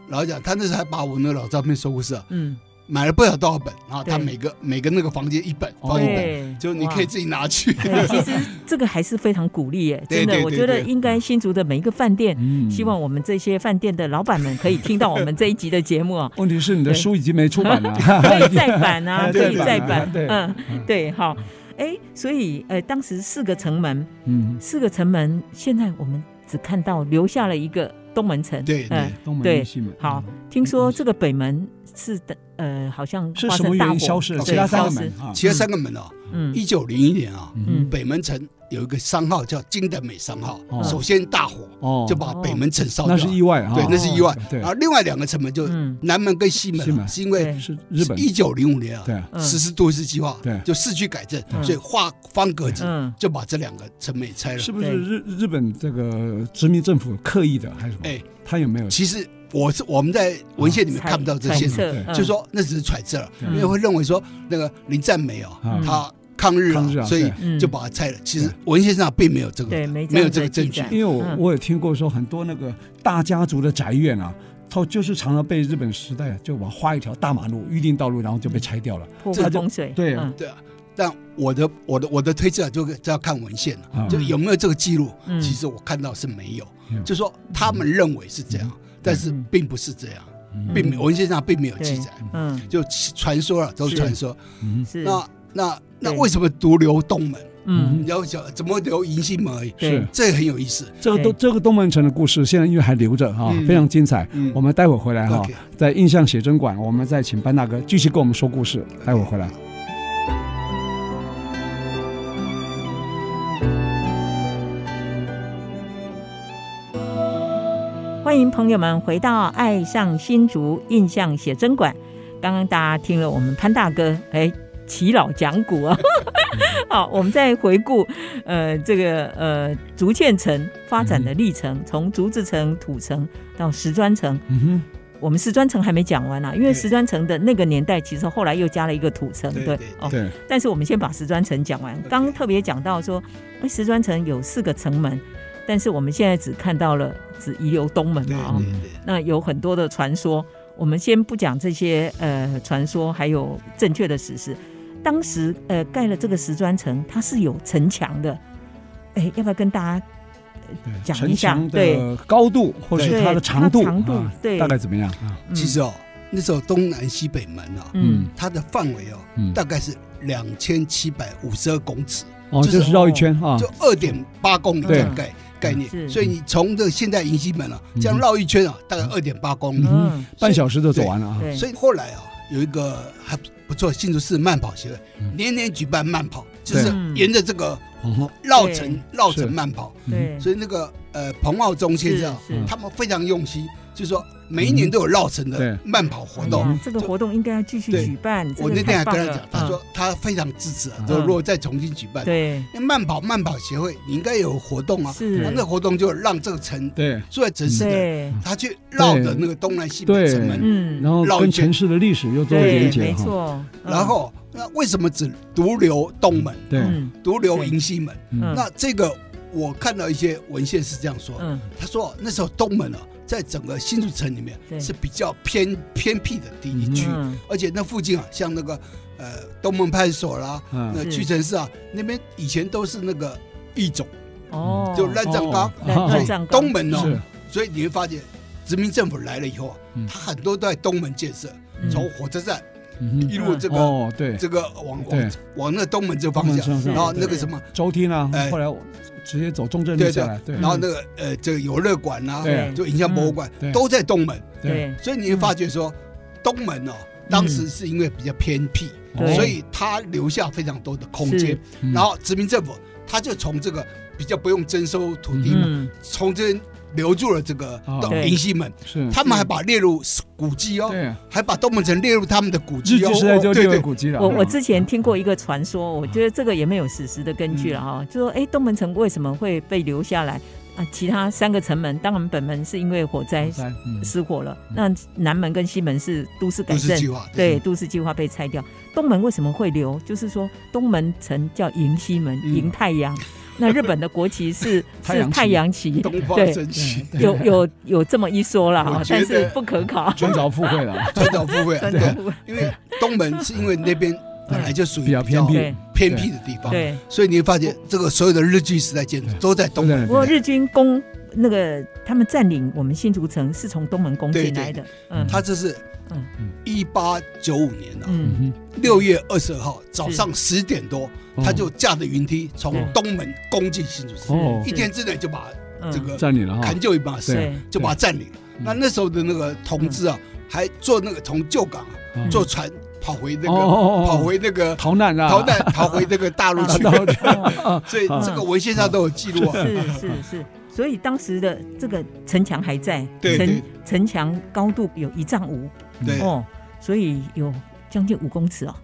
Speaker 3: 老实讲，他那时候还把我那老照片收故事啊，
Speaker 1: 嗯，
Speaker 3: 买了不了多少本，然后他
Speaker 1: 对
Speaker 3: 每个每个那个房间一本
Speaker 2: 哦
Speaker 3: 放一本，
Speaker 1: 对，
Speaker 3: 就你
Speaker 1: 哇
Speaker 3: 可以自己 拿去。
Speaker 1: 对，其实这个还是非常鼓励耶，
Speaker 3: 对
Speaker 1: 真的
Speaker 3: 对，
Speaker 1: 我
Speaker 3: 对
Speaker 1: 觉得
Speaker 3: 对
Speaker 1: 应该新竹的每一个饭店，
Speaker 2: 嗯
Speaker 1: 希望我们这些饭店的老板们可以听到我们这一集的节
Speaker 2: ，
Speaker 1: 目啊
Speaker 2: 问题是你的
Speaker 1: 对
Speaker 2: 书已经没出版了，
Speaker 1: 可以再版啊，
Speaker 2: 哎
Speaker 1: 可以
Speaker 2: 再
Speaker 1: 再
Speaker 2: 版啊
Speaker 1: 版，
Speaker 2: 对
Speaker 1: 嗯，对，好，哎，所以呃，当时四个城门，
Speaker 2: 嗯，
Speaker 1: 四个城门，现在我们只看到留下了一个东门城，
Speaker 3: 对对
Speaker 1: 嗯
Speaker 2: 东门
Speaker 1: 对
Speaker 2: 西门，
Speaker 1: 好
Speaker 2: 嗯，
Speaker 1: 听说这个北门是的，呃，好像
Speaker 2: 是
Speaker 1: 发
Speaker 2: 什么
Speaker 1: 生大火
Speaker 2: 原因消失了？
Speaker 3: 对
Speaker 2: 其他三个
Speaker 1: 消失
Speaker 2: 门啊，
Speaker 3: 其实三个门啊，
Speaker 1: 嗯
Speaker 3: 一九零一年啊，
Speaker 1: 嗯，
Speaker 3: 北门城有一个商号叫金德美商号
Speaker 2: 哦，
Speaker 3: 首先大火
Speaker 2: 哦，
Speaker 3: 就把北门城烧掉
Speaker 2: 那是意
Speaker 3: 了，
Speaker 2: 外啊，
Speaker 3: 对，那是意外。
Speaker 2: 对
Speaker 3: 然后另外两个城门就
Speaker 1: 嗯
Speaker 3: 南门跟西
Speaker 2: 西
Speaker 3: 门啊，
Speaker 2: 门
Speaker 3: 是因为
Speaker 1: 对
Speaker 2: 是日本
Speaker 3: 一九零五年啊
Speaker 2: 对啊
Speaker 1: 嗯
Speaker 3: 实施都市计划
Speaker 2: 对，
Speaker 3: 就市区改正，
Speaker 1: 嗯
Speaker 3: 所以划方格子，
Speaker 1: 嗯
Speaker 3: 就把这两个城门也拆了。
Speaker 2: 是不是日日本这个殖民政府刻意的还是什么？
Speaker 3: 哎，
Speaker 2: 他有没有？
Speaker 3: 其实我是我们在文献里面
Speaker 1: 猜
Speaker 3: 看不到这
Speaker 1: 猜
Speaker 3: 些，
Speaker 1: 测
Speaker 2: 对
Speaker 1: 嗯
Speaker 3: 就说那只是揣测，
Speaker 2: 对
Speaker 3: 因为会认为说那个林占美啊
Speaker 2: 嗯，
Speaker 3: 他抗日
Speaker 2: 抗日啊
Speaker 3: 啊，所以
Speaker 2: 对
Speaker 1: 嗯
Speaker 3: 就把它拆了。其实文献上并没有这个，
Speaker 1: 对没
Speaker 3: 没有这个
Speaker 1: 样的
Speaker 3: 证
Speaker 1: 记
Speaker 3: 据
Speaker 1: 载。
Speaker 2: 因为我
Speaker 1: 嗯
Speaker 2: 我也听过说很多那个大家族的宅院啊，从就是常常被日本时代啊就把画一条大马路预定道路，然后就被拆掉了。
Speaker 1: 破
Speaker 2: 这
Speaker 1: 坏
Speaker 2: 就
Speaker 1: 风水，
Speaker 2: 对
Speaker 1: 嗯
Speaker 3: 对啊。但我的我的我的推测啊就就要看文献
Speaker 2: 啊
Speaker 3: 了，就有没有这个记录
Speaker 1: 嗯。
Speaker 3: 其实我看到是没有
Speaker 2: 嗯，
Speaker 3: 就说他们认为是这样，但是并不是这样，
Speaker 2: 嗯
Speaker 3: 并没文献上并没有记载，
Speaker 1: 嗯，
Speaker 3: 就传说了，都
Speaker 1: 是
Speaker 3: 是传说。
Speaker 2: 嗯
Speaker 1: 是，
Speaker 3: 那那那
Speaker 1: 对
Speaker 3: 为什么独留东门？
Speaker 1: 嗯，
Speaker 3: 你要想怎么留银杏门而已？
Speaker 2: 是
Speaker 1: 对
Speaker 3: 这个很有意思。
Speaker 2: 这个东这个东门城的故事，现在因为还留着哈，
Speaker 3: 嗯
Speaker 2: 非常精彩。
Speaker 3: 嗯
Speaker 2: 我们待会儿回来哈
Speaker 3: OK，
Speaker 2: 在印象写真馆，我们再请班大哥继续跟我们说故事。待会儿回来。
Speaker 1: 欢迎朋友们回到《爱上新竹印象写真馆》。刚刚大家听了我们潘大哥，哎，齐老讲古啊。 好，我们再回顾，呃，这个呃竹堑城发展的历
Speaker 3: 嗯
Speaker 1: 程，从竹子城、土城到石砖城。
Speaker 2: 嗯哼，
Speaker 1: 我们石砖城还没讲完呢、啊因为
Speaker 3: 对
Speaker 1: 石砖城的那个年代，其实后来又加了一个土城，
Speaker 3: 对对
Speaker 1: 哦。
Speaker 2: 对，
Speaker 1: 但是我们先把石砖城讲完。
Speaker 3: OK
Speaker 1: 刚刚特别讲到说，哎，石砖城有四个城门，但是我们现在只看到了只遗留东门
Speaker 3: 对
Speaker 1: 嘛啊、
Speaker 3: 对对。
Speaker 1: 那有很多的传说，我们先不讲这些呃传说，还有正确的史实。当时呃盖了这个石砖城，它是有城墙的。哎，要不要跟大家
Speaker 2: 对
Speaker 1: 讲
Speaker 2: 城
Speaker 1: 一下
Speaker 2: 墙
Speaker 1: 对
Speaker 2: 的高度或是
Speaker 1: 对
Speaker 2: 它的长度
Speaker 1: 它长度
Speaker 2: 啊
Speaker 1: 对
Speaker 2: 大概怎么样啊？
Speaker 1: 嗯
Speaker 3: 其实哦，那时候东南西北门啊，
Speaker 1: 嗯
Speaker 3: 它的范围哦
Speaker 2: 嗯，
Speaker 3: 大概是两千七百五十二公尺，
Speaker 2: 哦，
Speaker 3: 就是
Speaker 2: 就是绕一圈啊
Speaker 3: 就，二点八公里这样
Speaker 1: 对
Speaker 3: 概概
Speaker 1: 嗯是
Speaker 3: 念。所以你从这个现在银溪门啊，
Speaker 2: 嗯
Speaker 3: 这样绕一圈啊，大概二点八公里。
Speaker 1: 嗯，
Speaker 2: 半小时就走完了啊。
Speaker 1: 对，
Speaker 3: 所以后来啊，有一个还不错，新竹市慢跑协会
Speaker 2: 嗯
Speaker 3: 年年举办慢跑，就是
Speaker 1: 对
Speaker 3: 沿着这个
Speaker 2: 哦
Speaker 3: 绕
Speaker 1: 对
Speaker 3: 城绕
Speaker 2: 是
Speaker 3: 城慢跑。
Speaker 1: 对，
Speaker 3: 所以那个呃彭浩中先生啊
Speaker 1: 是是，
Speaker 3: 他们非常用心，就是说每一年都有绕城
Speaker 2: 对
Speaker 3: 的慢跑活动
Speaker 1: 哎。呀这个活动应该要继续
Speaker 3: 对
Speaker 1: 举办。这
Speaker 3: 我
Speaker 1: 个
Speaker 3: 那天还
Speaker 1: 太棒
Speaker 3: 跟他
Speaker 1: 了
Speaker 3: 讲，他说他非常支持啊，说
Speaker 1: 嗯
Speaker 3: 如果再重新举办，
Speaker 1: 对，
Speaker 3: 因为慢跑慢跑协会你应该有活动啊，
Speaker 1: 是
Speaker 3: 那那个活动就让这个城
Speaker 2: 对，
Speaker 3: 住在城市的人
Speaker 1: 对，
Speaker 3: 他去绕着那个东南西北
Speaker 2: 对
Speaker 3: 城门，
Speaker 1: 嗯，
Speaker 2: 然后
Speaker 3: 绕一
Speaker 2: 跟
Speaker 3: 圈
Speaker 2: 城市的历史又做了
Speaker 1: 对
Speaker 2: 连，接
Speaker 1: 没
Speaker 2: 哈。
Speaker 1: 错。嗯
Speaker 3: 然，后那为什么只独留东门，
Speaker 2: 对，
Speaker 1: 嗯
Speaker 3: 独留银西门？
Speaker 1: 嗯
Speaker 3: 那这个我看到一些文献是这样说，
Speaker 1: 嗯，
Speaker 3: 他说那时候东门啊，在整个新竹城里面
Speaker 1: 对
Speaker 3: 是比较偏偏僻的地一区，
Speaker 1: 嗯
Speaker 3: 而且那附近啊，像那个呃东门派出所啦，
Speaker 2: 嗯，
Speaker 3: 那
Speaker 1: 是
Speaker 3: 屈臣氏啊，那边以前都是那个异种，
Speaker 1: 哦，
Speaker 3: 就烂葬岗，
Speaker 1: 乱
Speaker 2: 哦
Speaker 3: 所
Speaker 1: 乱
Speaker 3: 以
Speaker 1: 葬岗
Speaker 3: 东门
Speaker 2: 是
Speaker 3: 哦，所以你会发现殖民政府来了以后啊
Speaker 2: 嗯，
Speaker 3: 他很多都在东门建设，
Speaker 1: 嗯
Speaker 3: 从火车站
Speaker 2: 嗯哼
Speaker 3: 一路这个
Speaker 2: 哦，对，
Speaker 3: 这个往
Speaker 2: 对
Speaker 3: 往往那东门这方
Speaker 2: 东门
Speaker 3: 向
Speaker 2: 上，
Speaker 3: 然后
Speaker 2: 对
Speaker 3: 那个什么，
Speaker 2: 周厅啊，
Speaker 3: 哎
Speaker 2: 后来我直接走中正路
Speaker 3: 对
Speaker 2: 下来，对，
Speaker 3: 然后那个呃这个游乐馆啊，
Speaker 2: 对
Speaker 3: 就影像博物馆
Speaker 2: 对
Speaker 3: 都在东门，
Speaker 2: 对，
Speaker 1: 对，
Speaker 3: 所以你会发
Speaker 2: 嗯
Speaker 3: 觉说东门哦，当时是因为比较偏僻，
Speaker 1: 对
Speaker 3: 所以它留下非常多的空
Speaker 1: 是
Speaker 3: 间，
Speaker 2: 嗯
Speaker 3: 然后殖民政府他就从这个比较不用征收土地嘛，
Speaker 1: 嗯，
Speaker 3: 从这边留住了这个
Speaker 2: 哦
Speaker 3: 东
Speaker 1: 对
Speaker 3: 银溪门，
Speaker 2: 是，
Speaker 3: 他们还把列入古迹哦，
Speaker 2: 对，
Speaker 3: 还把东门城列入他们的古
Speaker 2: 日
Speaker 3: 迹哦，
Speaker 2: 据时代就
Speaker 3: 哦
Speaker 2: 列
Speaker 3: 对
Speaker 2: 为
Speaker 3: 对，
Speaker 2: 古 迹了。
Speaker 1: 我我
Speaker 2: 嗯
Speaker 1: 之前听过一个传说，我觉得这个也没有史实的根据了
Speaker 3: 嗯
Speaker 1: 哈，就说哎，东门城为什么会被留下来啊？其他三个城门，当然本门是因为火灾
Speaker 2: 在嗯
Speaker 1: 失火了，那南门跟西门是都市改
Speaker 3: 都市
Speaker 1: 正
Speaker 3: 计，划嗯
Speaker 1: 对，都市计划被拆掉。东门为什么会留？就是说东门城叫迎西门，
Speaker 3: 嗯
Speaker 1: 迎太阳。那日本的国旗 是
Speaker 2: 太
Speaker 1: 是
Speaker 2: 阳旗
Speaker 1: 太阳旗，
Speaker 3: 东方
Speaker 1: 对
Speaker 3: 神奇，
Speaker 1: 有有有这么一说啦，
Speaker 3: 我
Speaker 1: 哈
Speaker 3: 觉
Speaker 1: 但
Speaker 3: 得
Speaker 1: 是不可 考。
Speaker 2: 专找富贵了，
Speaker 3: 传统富贵啊，
Speaker 1: 真
Speaker 3: 对
Speaker 1: 的
Speaker 3: 啊，
Speaker 1: 不
Speaker 3: 因为东门是因为那边本来就属于
Speaker 2: 比较偏僻，
Speaker 1: 对
Speaker 3: 偏僻的地方，
Speaker 1: 对。
Speaker 3: 所以你会发现这个所有的日据时代建筑都在东门，
Speaker 2: 对
Speaker 1: 不哦过日军攻那个他们占领我们新竹城是从东门攻进来的，嗯
Speaker 3: 他这是
Speaker 1: 嗯
Speaker 3: 一八九五年啊，
Speaker 1: 嗯
Speaker 2: 嗯
Speaker 3: 六月二十二号早上十点多，
Speaker 2: 哦
Speaker 3: 他就驾着云梯从
Speaker 1: 嗯
Speaker 3: 东门攻进新竹市，
Speaker 2: 哦
Speaker 3: 一天之内就把
Speaker 1: 嗯
Speaker 3: 这
Speaker 2: 哼，
Speaker 3: 个
Speaker 2: 占领了哈
Speaker 3: 砍，就一把
Speaker 2: 对
Speaker 3: 市，
Speaker 1: 对嗯
Speaker 3: 就把它占领了。
Speaker 2: 嗯
Speaker 3: 那那时候的那个同志啊，还坐那个从旧港啊
Speaker 2: 嗯
Speaker 3: 坐船跑回那
Speaker 2: 哦
Speaker 3: 个
Speaker 2: 哦哦
Speaker 3: 跑回那个
Speaker 2: 逃难啊，
Speaker 3: 逃难逃回那个大
Speaker 1: 嗯
Speaker 3: 陆去，
Speaker 1: 哦
Speaker 3: 所以这个
Speaker 2: 啊
Speaker 3: 文献上都有记录啊。
Speaker 1: 是是是，所以当时的这个城墙还在，
Speaker 3: 对
Speaker 1: 城
Speaker 3: 对
Speaker 1: 城墙高度有一丈五
Speaker 3: 对
Speaker 1: 哦，所以有将近五公尺哦，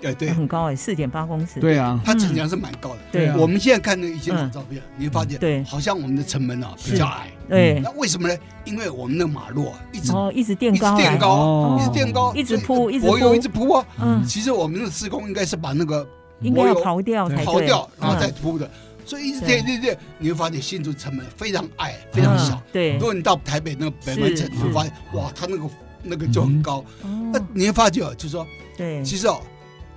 Speaker 3: 对对
Speaker 1: 那，很高哎，四点八公尺，
Speaker 2: 对啊，
Speaker 3: 它城墙是蛮高的。
Speaker 1: 对
Speaker 2: 啊
Speaker 3: 我们现在看那以前的照片，你会发现，
Speaker 1: 嗯对
Speaker 3: 好像我们的城门啊比较矮。
Speaker 1: 对
Speaker 3: 那为什么呢？因为我们的马路啊一直
Speaker 1: 然后一直垫
Speaker 3: 一直
Speaker 1: 高
Speaker 3: 垫
Speaker 1: 来，
Speaker 3: 高
Speaker 2: 哦
Speaker 3: 啊，一直垫高，
Speaker 1: 一直铺一直
Speaker 3: 柏油
Speaker 1: 铺
Speaker 3: 一直铺啊。
Speaker 1: 嗯，
Speaker 3: 其实我们的施工应该是把那个
Speaker 1: 应该
Speaker 3: 柏
Speaker 1: 要
Speaker 3: 油
Speaker 1: 刨掉才
Speaker 3: 刨
Speaker 1: 对
Speaker 3: 掉，，然后再
Speaker 1: 嗯
Speaker 3: 铺的。所以一直
Speaker 1: 对
Speaker 3: 练练练，你会发现新竹城门非常矮，非常小。
Speaker 1: 嗯对
Speaker 3: 如，果你到台北那个北门城，
Speaker 1: 是
Speaker 3: 你会发现哇，它那个那个就很高。那
Speaker 1: 哦，
Speaker 3: 你会发觉，啊就是说，
Speaker 1: 对，
Speaker 3: 其实哦，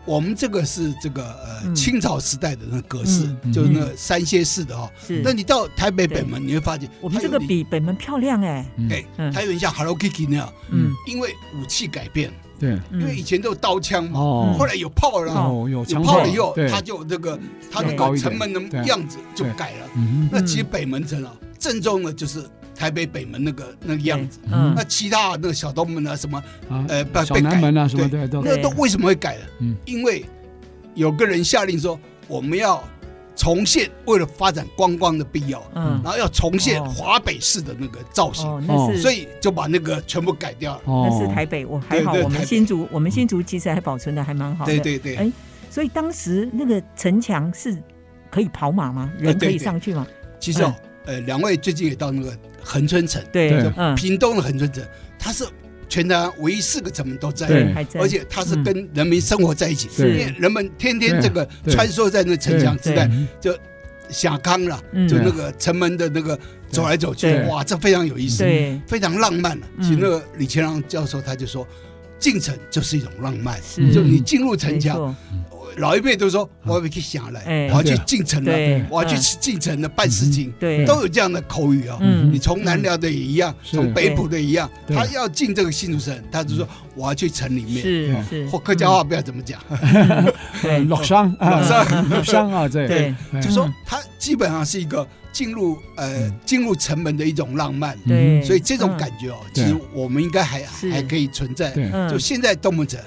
Speaker 3: 我们这个是这个呃
Speaker 1: 嗯
Speaker 3: 清朝时代的那个格式
Speaker 1: 嗯，
Speaker 2: 嗯
Speaker 3: 就是那个三歇式的哈。哦
Speaker 1: 是
Speaker 3: 那你到台北
Speaker 1: 对
Speaker 3: 北门，你会发现
Speaker 1: 我们
Speaker 3: 它
Speaker 1: 这
Speaker 3: 有
Speaker 1: 个
Speaker 3: 点
Speaker 1: 比北门漂亮哎，
Speaker 3: 哎
Speaker 1: 嗯，
Speaker 3: 它有点像 Hello Kitty 那样，
Speaker 1: 嗯
Speaker 3: 因为武器改变，
Speaker 2: 对，
Speaker 3: 因为以前都有刀枪嘛，
Speaker 2: 哦，
Speaker 3: 后来有炮了，
Speaker 2: 哦，有
Speaker 3: 有
Speaker 2: 强
Speaker 3: 炮
Speaker 2: 迫
Speaker 3: 了以后，
Speaker 2: 对，
Speaker 3: 它就这个它
Speaker 1: 对
Speaker 3: 那
Speaker 2: 高
Speaker 3: 个
Speaker 2: 一点
Speaker 3: 城门的
Speaker 2: 对
Speaker 3: 样子就
Speaker 2: 对
Speaker 3: 改了。
Speaker 2: 嗯
Speaker 3: 那其实北门城啊，正宗的就是台北北门那个那个样子。
Speaker 1: 对嗯
Speaker 3: 那其他那个小东门啊，什么
Speaker 2: 啊，
Speaker 3: 呃，被
Speaker 2: 小
Speaker 3: 被
Speaker 2: 南
Speaker 3: 改，
Speaker 2: 门啊什么的都
Speaker 3: 那都为什么会改了？
Speaker 2: 嗯
Speaker 3: 因为有个人下令说，我们要重现为了发展观光的必要，
Speaker 1: 嗯
Speaker 3: 然后要重现
Speaker 1: 哦
Speaker 3: 华北式的那个造型，
Speaker 1: 哦，那
Speaker 2: 哦
Speaker 1: 是
Speaker 3: 所以就把那个全部改掉了。
Speaker 2: 哦
Speaker 1: 那是台北，我还好，
Speaker 3: 对对
Speaker 1: 我
Speaker 3: 台
Speaker 1: 们
Speaker 3: 北
Speaker 1: 新竹，我们新竹其实还保存的还蛮好的。
Speaker 3: 对对对，
Speaker 1: 哎所以当时那个城墙是可以跑马吗？人可
Speaker 3: 呃对
Speaker 1: 以
Speaker 3: 对
Speaker 1: 上去吗？
Speaker 3: 其实哦，呃，两位最近也到那个恒春城，
Speaker 1: 对
Speaker 2: 对
Speaker 1: 嗯，
Speaker 3: 屏东的恒春城，它是全台湾唯一四个城门都在的。
Speaker 2: 对
Speaker 1: 还在，嗯
Speaker 3: 而且它是跟人民生活在一起，
Speaker 2: 对
Speaker 3: 因为人们天天这个
Speaker 2: 对对
Speaker 3: 穿梭在那城墙之
Speaker 1: 对
Speaker 3: 内，
Speaker 2: 嗯
Speaker 3: 下康了，
Speaker 1: 嗯
Speaker 3: 就那个城门的那个走来走去
Speaker 1: 对，
Speaker 3: 哇，这非常有意思，
Speaker 1: 对
Speaker 3: 非常浪漫了。
Speaker 1: 嗯
Speaker 3: 其实那个李乾朗教授他就说，进城就是一种浪漫，
Speaker 1: 是
Speaker 3: 就你进入城
Speaker 1: 没
Speaker 3: 墙，
Speaker 1: 错，
Speaker 3: 老一辈都说我要去想
Speaker 1: 哎
Speaker 3: 来，我要去
Speaker 2: 对
Speaker 3: 进城了，
Speaker 1: 对，
Speaker 3: 我要去
Speaker 1: 嗯
Speaker 3: 进城了办事情，
Speaker 1: 对
Speaker 3: 都有这样的口语啊。
Speaker 1: 嗯
Speaker 3: 你从南寮的也一样，
Speaker 2: 是
Speaker 3: 从北浦的也一样，
Speaker 2: 对
Speaker 3: 他要进这个新竹城，他就说我要去城里面。
Speaker 1: 嗯是嗯
Speaker 2: 对
Speaker 1: 是嗯
Speaker 3: 或客家话不要怎么讲，
Speaker 1: 对嗯
Speaker 2: 洛桑啊，洛桑， 洛桑啊，对
Speaker 1: 对
Speaker 3: 就说它基本上是一个进入呃
Speaker 2: 嗯
Speaker 3: 进入城门的一种浪漫，
Speaker 1: 对，
Speaker 3: 所以这种
Speaker 1: 嗯
Speaker 3: 感觉哦，其
Speaker 2: 对
Speaker 3: 实我们应该还
Speaker 1: 是
Speaker 3: 还可以存在。
Speaker 2: 对
Speaker 1: 嗯
Speaker 3: 就现在东门城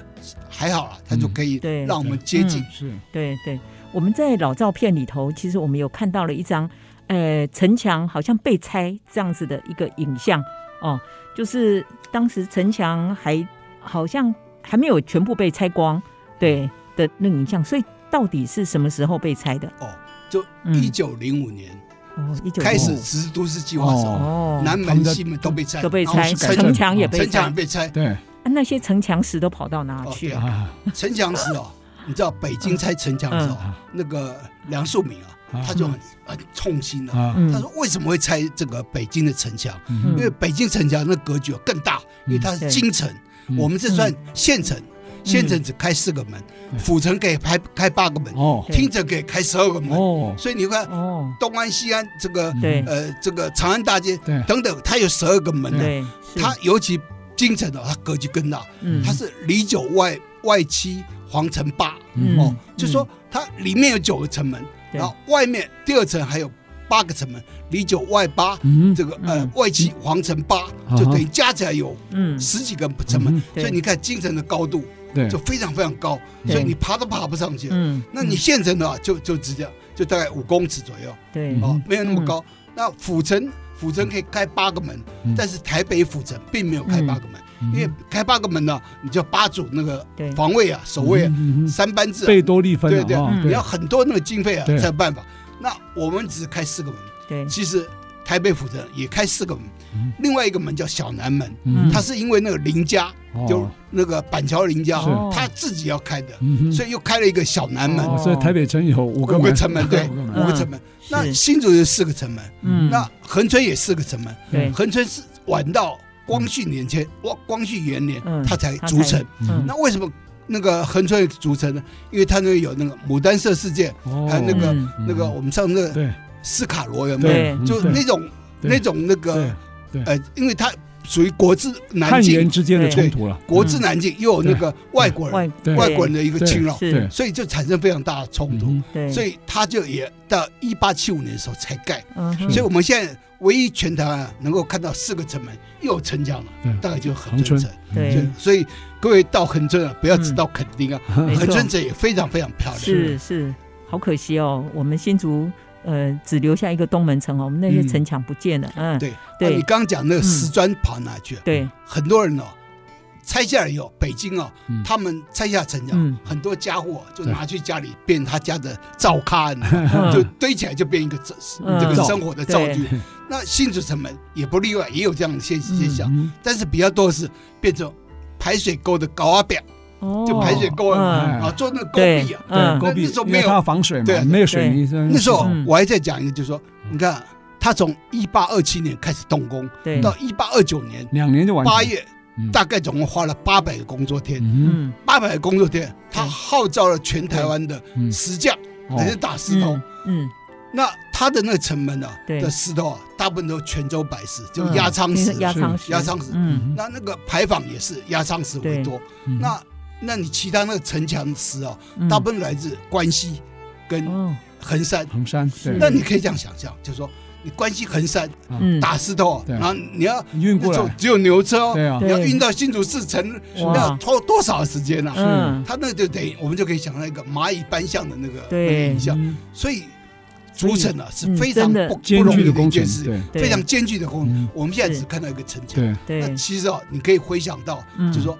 Speaker 3: 还好了，它就可以
Speaker 1: 嗯对
Speaker 3: 让我们接近
Speaker 1: 嗯。
Speaker 2: 是
Speaker 1: 对对，我们在老照片里头，其实我们有看到了一张，呃，城墙好像被拆这样子的一个影像哦，就是当时城墙还好像还没有全部被拆光，对的那个影像，所以到底是什么时候被拆的？
Speaker 3: 哦，就
Speaker 1: 嗯
Speaker 3: 一九零五年
Speaker 1: 哦，一九
Speaker 3: 开始实施都市计划的时候，
Speaker 1: 哦，
Speaker 3: 南
Speaker 2: 他
Speaker 3: 门
Speaker 2: 们、的
Speaker 3: 西门都被拆，
Speaker 1: 都被
Speaker 3: 然后
Speaker 1: 拆，
Speaker 3: 城
Speaker 1: 城墙也被
Speaker 3: 城
Speaker 1: 拆，
Speaker 3: 哦墙也被拆，
Speaker 2: 对
Speaker 1: 啊那些城墙石都跑到哪去了？
Speaker 2: 啊，
Speaker 3: 城墙时哦，你知道北京拆城墙的时
Speaker 1: 嗯
Speaker 3: 候，那个梁漱溟啊，
Speaker 2: 啊
Speaker 3: 他就很很痛心啊，
Speaker 2: 啊，
Speaker 1: 嗯
Speaker 3: 他说为什么会拆这个北京的城墙？
Speaker 2: 嗯
Speaker 3: 因为北京城墙的格局更大，因为它是京城，
Speaker 2: 嗯
Speaker 3: 我们这算县城，县城只开四个门，
Speaker 2: 嗯
Speaker 3: 府城可以开开八个门，
Speaker 2: 哦
Speaker 1: 对
Speaker 3: 厅城可以开十二个门，
Speaker 2: 哦，
Speaker 3: 所以你看
Speaker 1: 哦，
Speaker 3: 东安、西安这个
Speaker 1: 对
Speaker 3: 呃这个长安大街
Speaker 2: 对
Speaker 3: 等等，它有十二个门的，
Speaker 1: 对，是
Speaker 3: 它尤其京城哦的它格局更大，
Speaker 1: 嗯
Speaker 3: 它是里九外外七皇城八
Speaker 1: 嗯
Speaker 3: 哦，就说它里面有九个城门，
Speaker 1: 对
Speaker 3: 然后外面第二层还有八个城门，里九外八。
Speaker 2: 嗯
Speaker 3: 这个呃
Speaker 1: 嗯
Speaker 3: 外戚皇城八，
Speaker 2: 嗯
Speaker 3: 就等于加起来有
Speaker 1: 嗯
Speaker 3: 十几个城门
Speaker 2: 嗯，
Speaker 1: 对
Speaker 3: 所以你看京城的高度
Speaker 2: 对
Speaker 3: 就非常非常高，
Speaker 1: 对
Speaker 3: 所以你爬都爬不上去。
Speaker 1: 嗯，
Speaker 3: 啊那你县城的话就就只这样，就大概五公尺左右
Speaker 1: 对
Speaker 2: 嗯
Speaker 3: 哦，没有那么高。那府城府城可以开八个门
Speaker 2: 嗯，
Speaker 3: 但是台北府城并没有开八个门，因为开八个门呢，你就八组那个
Speaker 1: 对
Speaker 3: 防卫啊、守
Speaker 2: 嗯
Speaker 3: 卫啊、三班制啊，
Speaker 2: 贝多利芬
Speaker 3: 对对
Speaker 2: 啊，，
Speaker 3: 你要很多那个经费啊
Speaker 2: 对
Speaker 3: 才有办法。那我们只开四个门，
Speaker 1: 对，
Speaker 3: 其实台北府城也开四个门
Speaker 2: 嗯，
Speaker 3: 另外一个门叫小南门，
Speaker 1: 嗯
Speaker 3: 它是因为那个林家，
Speaker 2: 嗯
Speaker 3: 就那个板桥林家
Speaker 2: 哦是，
Speaker 3: 他自己要开的，
Speaker 2: 嗯哦
Speaker 3: 所以又开了一个小南门，
Speaker 2: 所以台北城有五个嗯
Speaker 3: 五个城门，对，
Speaker 2: 五
Speaker 3: 五个城门。那新竹有四个城门，
Speaker 1: 嗯，
Speaker 3: 那嗯恒春也四个城门，
Speaker 2: 哎
Speaker 1: 对，
Speaker 3: 恒春是晚到光绪年间，光光绪元年
Speaker 1: 嗯
Speaker 3: 它才逐城。
Speaker 1: 嗯
Speaker 3: 那为什么那个恒春也逐城呢？因为它那个有那个牡丹社事件，还有那个
Speaker 1: 嗯
Speaker 3: 那个我们上次
Speaker 2: 哦对
Speaker 3: 斯卡罗有没有？
Speaker 1: 对，
Speaker 2: 对
Speaker 3: 就那种
Speaker 2: 对
Speaker 3: 那种那个
Speaker 2: 对
Speaker 3: 呃，因为它属于国之南
Speaker 2: 汉
Speaker 3: 境
Speaker 2: 人，之间的冲突了，嗯
Speaker 3: 国之南境又有那个外国
Speaker 1: 外
Speaker 3: 人、
Speaker 2: 对
Speaker 3: 外国人的一个侵扰，嗯
Speaker 1: 是，嗯
Speaker 3: 所以就产生非常大的冲突。
Speaker 1: 对，
Speaker 3: 所以他就也到一八七五年的时候才盖，
Speaker 1: 嗯哼
Speaker 3: 所以我们现在唯一全台湾能够看到四个城门又有城墙了
Speaker 2: 对，
Speaker 3: 大概就是恒春城。所
Speaker 1: 对
Speaker 3: 以所以各位到恒春啊，不要只到垦丁
Speaker 2: 嗯
Speaker 3: 啊，
Speaker 1: 没错
Speaker 3: 恒春城也非常非常漂亮。
Speaker 1: 是是，好可惜哦，我们新竹呃只留下一个东门城哦，我们那些城墙不见了，嗯，
Speaker 3: 对，
Speaker 1: 对
Speaker 3: 啊你刚刚讲那个
Speaker 1: 嗯
Speaker 3: 石砖跑哪去啊？
Speaker 1: 对
Speaker 3: 很多人哦，拆下来以后，北京哦，
Speaker 2: 嗯
Speaker 3: 他们拆下城墙，
Speaker 1: 嗯
Speaker 3: 很多家伙就拿去家里变他家的灶咖，你知道吗
Speaker 1: 嗯
Speaker 3: 就堆起来就变一个这
Speaker 1: 嗯
Speaker 3: 这个生活的灶具
Speaker 2: 对。
Speaker 3: 那新竹城门也不例外，也有这样的现
Speaker 1: 嗯
Speaker 3: 现象，但是比较多的是变成排水沟的高阿表，
Speaker 1: 哦
Speaker 3: 就排水沟啊
Speaker 1: 嗯
Speaker 3: 啊，做那个沟
Speaker 1: 对
Speaker 3: 壁啊。
Speaker 1: 嗯
Speaker 2: 对，沟壁
Speaker 3: 那时候
Speaker 2: 因
Speaker 3: 没有
Speaker 2: 为它要防水
Speaker 3: 对
Speaker 2: 嘛，没有水泥。
Speaker 3: 那时候
Speaker 2: 嗯
Speaker 3: 我还在讲一个，就是说，你看啊他从一八二七年开始动工，
Speaker 1: 对，
Speaker 3: 到一八二九年
Speaker 2: 两年就完成
Speaker 3: 八，月
Speaker 2: 嗯，
Speaker 3: 大概总共花了八百个工作天。
Speaker 2: 嗯
Speaker 1: 嗯
Speaker 3: 八百个工作天，他
Speaker 1: 对
Speaker 3: 号召了全台湾的
Speaker 2: 嗯，
Speaker 3: 石匠
Speaker 2: 哦
Speaker 3: 来打石头
Speaker 1: 嗯。嗯，
Speaker 3: 那他的那个成本呢、
Speaker 1: 对
Speaker 3: 的石头啊，大部分都泉州白石，就
Speaker 1: 嗯
Speaker 3: 压仓石。
Speaker 1: 压仓石，
Speaker 3: 压仓石
Speaker 1: 嗯，
Speaker 3: 那那个牌坊也是压仓石为多。
Speaker 2: 嗯
Speaker 3: 那那你其他那个城墙石哦，
Speaker 1: 嗯
Speaker 3: 大部分来自关西跟
Speaker 1: 哦，
Speaker 3: 衡山。
Speaker 2: 衡山对，
Speaker 3: 那你可以这样想象，就是说你关西衡山
Speaker 2: 啊
Speaker 1: 嗯，
Speaker 3: 打石头，
Speaker 2: 对
Speaker 3: 然后你要
Speaker 2: 运
Speaker 3: 那
Speaker 2: 过
Speaker 3: 时候
Speaker 2: 来，
Speaker 3: 只有牛车哦，
Speaker 2: 对啊，
Speaker 3: 你要
Speaker 1: 对
Speaker 3: 运到新竹市城，
Speaker 1: 哇
Speaker 3: 要拖多少时间啊呢？
Speaker 1: 嗯，
Speaker 3: 他那就等于我们就可以想到一个蚂蚁搬象的那个
Speaker 1: 对
Speaker 3: 那个影像，
Speaker 2: 嗯
Speaker 3: 所以组成了是非
Speaker 1: 嗯真
Speaker 3: 常
Speaker 1: 的
Speaker 3: 不不
Speaker 2: 艰
Speaker 3: 容
Speaker 2: 巨
Speaker 3: 易
Speaker 2: 的
Speaker 3: 的
Speaker 2: 工
Speaker 3: 一
Speaker 2: 程
Speaker 3: 件，事，
Speaker 2: 对
Speaker 1: 对
Speaker 3: 非常艰巨的工程
Speaker 2: 嗯。
Speaker 3: 我们现在
Speaker 1: 是
Speaker 3: 只看到一个城墙，
Speaker 2: 对，
Speaker 3: 那
Speaker 1: 对，
Speaker 3: 其实啊，你可以回想到，
Speaker 1: 嗯
Speaker 3: 就是说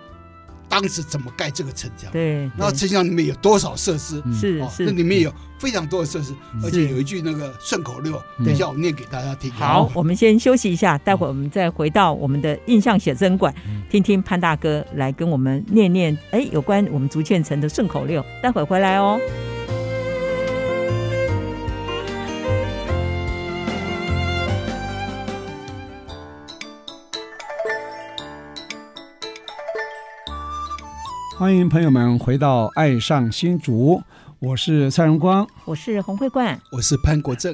Speaker 3: 当时怎么盖这个城墙，
Speaker 1: 对，
Speaker 3: 然后城墙里面有多少设施，
Speaker 2: 嗯
Speaker 1: 是
Speaker 3: 哦，那
Speaker 1: 是，嗯
Speaker 3: 里面有非常多的设施，而
Speaker 1: 是
Speaker 3: 且有一句那个顺口溜，等一下我念给大家听。
Speaker 1: 好，，我们先休息一
Speaker 3: 嗯
Speaker 1: 下，待会儿我们再回到我们的印象写真馆，听听潘大哥来跟我们念念，哎，有关我们竹堑城的顺口溜，待会儿回来哦。
Speaker 2: 欢迎朋友们回到《爱上新竹》，我是蔡荣光。
Speaker 1: 我是洪慧冠，
Speaker 3: 我是潘国正，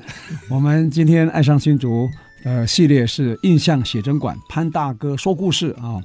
Speaker 2: 我们今天《爱上新竹》呃系列是印象写真馆潘大哥说故事啊。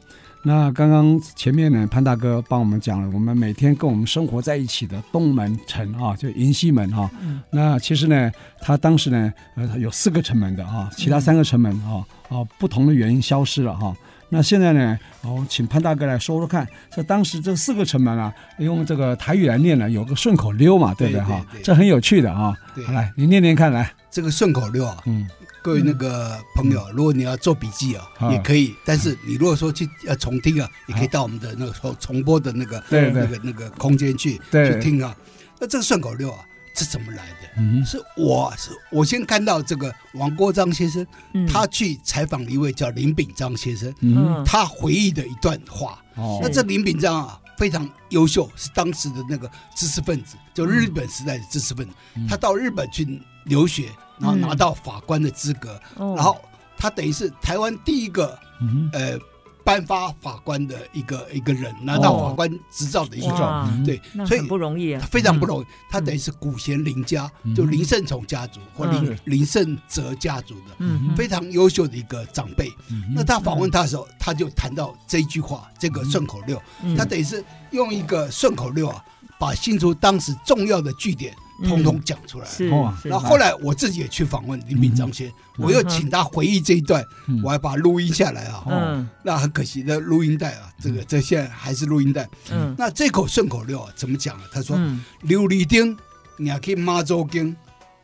Speaker 2: 那刚刚前面呢，潘大哥帮我们讲了我们每天跟我们生活在一起的东门城啊，就银西门啊。
Speaker 1: 嗯
Speaker 2: 那其实呢，他当时呢，呃，有四个城门的啊，其他三个城门啊，啊，不同的原因消失了哈、那现在呢，哦，请潘大哥来说说看，这当时这四个城门啊，用这个台语来念呢，有个顺口溜嘛，对不对哈、
Speaker 3: 对对对
Speaker 2: 这很有趣的啊。
Speaker 3: 对
Speaker 2: 好，来，你念念看来，
Speaker 3: 这个顺口溜啊，
Speaker 2: 嗯。
Speaker 3: 各位那个朋友，如果你要做笔记啊，
Speaker 2: 啊
Speaker 3: 也可以。但是你如果说去要重听啊，也可以到我们的那个重重播的那个
Speaker 2: 对对
Speaker 3: 那个那个空间去
Speaker 2: 对
Speaker 3: 去听啊。那这个顺口溜啊，是怎么来的？
Speaker 2: 嗯
Speaker 3: 是我是我先看到这个王国章先生，
Speaker 1: 嗯，
Speaker 3: 他去采访了一位叫林炳章先生，
Speaker 2: 嗯，
Speaker 1: 嗯，
Speaker 3: 他回忆的一段话。
Speaker 2: 哦
Speaker 3: 那这林炳章啊，非常优秀，是当时的那个知识分子，就日本时代的知识分子。
Speaker 2: 嗯
Speaker 3: 他到日本去留学，然后拿到法官的资格，
Speaker 1: 哦
Speaker 3: 然后他等于是台湾第一个
Speaker 2: 嗯
Speaker 3: 呃颁发法官的一个一个人，拿到法官执照的一个人，
Speaker 1: 哇
Speaker 2: 嗯
Speaker 3: 对，
Speaker 1: 那
Speaker 3: 所以
Speaker 1: 很不容易啊
Speaker 3: 他，非常不容易。他等于是古贤林家，
Speaker 2: 嗯
Speaker 3: 就林圣崇家族或林、
Speaker 2: 嗯
Speaker 3: 林圣哲家族的。
Speaker 1: 嗯，嗯
Speaker 3: 非常优秀的一个长辈，
Speaker 2: 嗯
Speaker 3: 那他访问他的时候，他就谈到这一句话，这个顺口溜，
Speaker 1: 嗯
Speaker 3: 他等于是用一个顺口溜啊，把新竹当时重要的据点
Speaker 1: 嗯
Speaker 3: 通通讲出来。
Speaker 1: 是
Speaker 2: 哇
Speaker 1: 是，
Speaker 3: 然后后来我自己也去访问林炳章先，我又请他回忆这一段，
Speaker 2: 嗯
Speaker 3: 我还把它录音下来啊。
Speaker 1: 嗯
Speaker 3: 那很可惜，那录音带啊，这个这现在还是录音带。
Speaker 1: 嗯
Speaker 3: 那这口顺口溜啊，怎么讲啊？他说：“
Speaker 1: 嗯
Speaker 3: 琉璃丁，你还可以妈周经，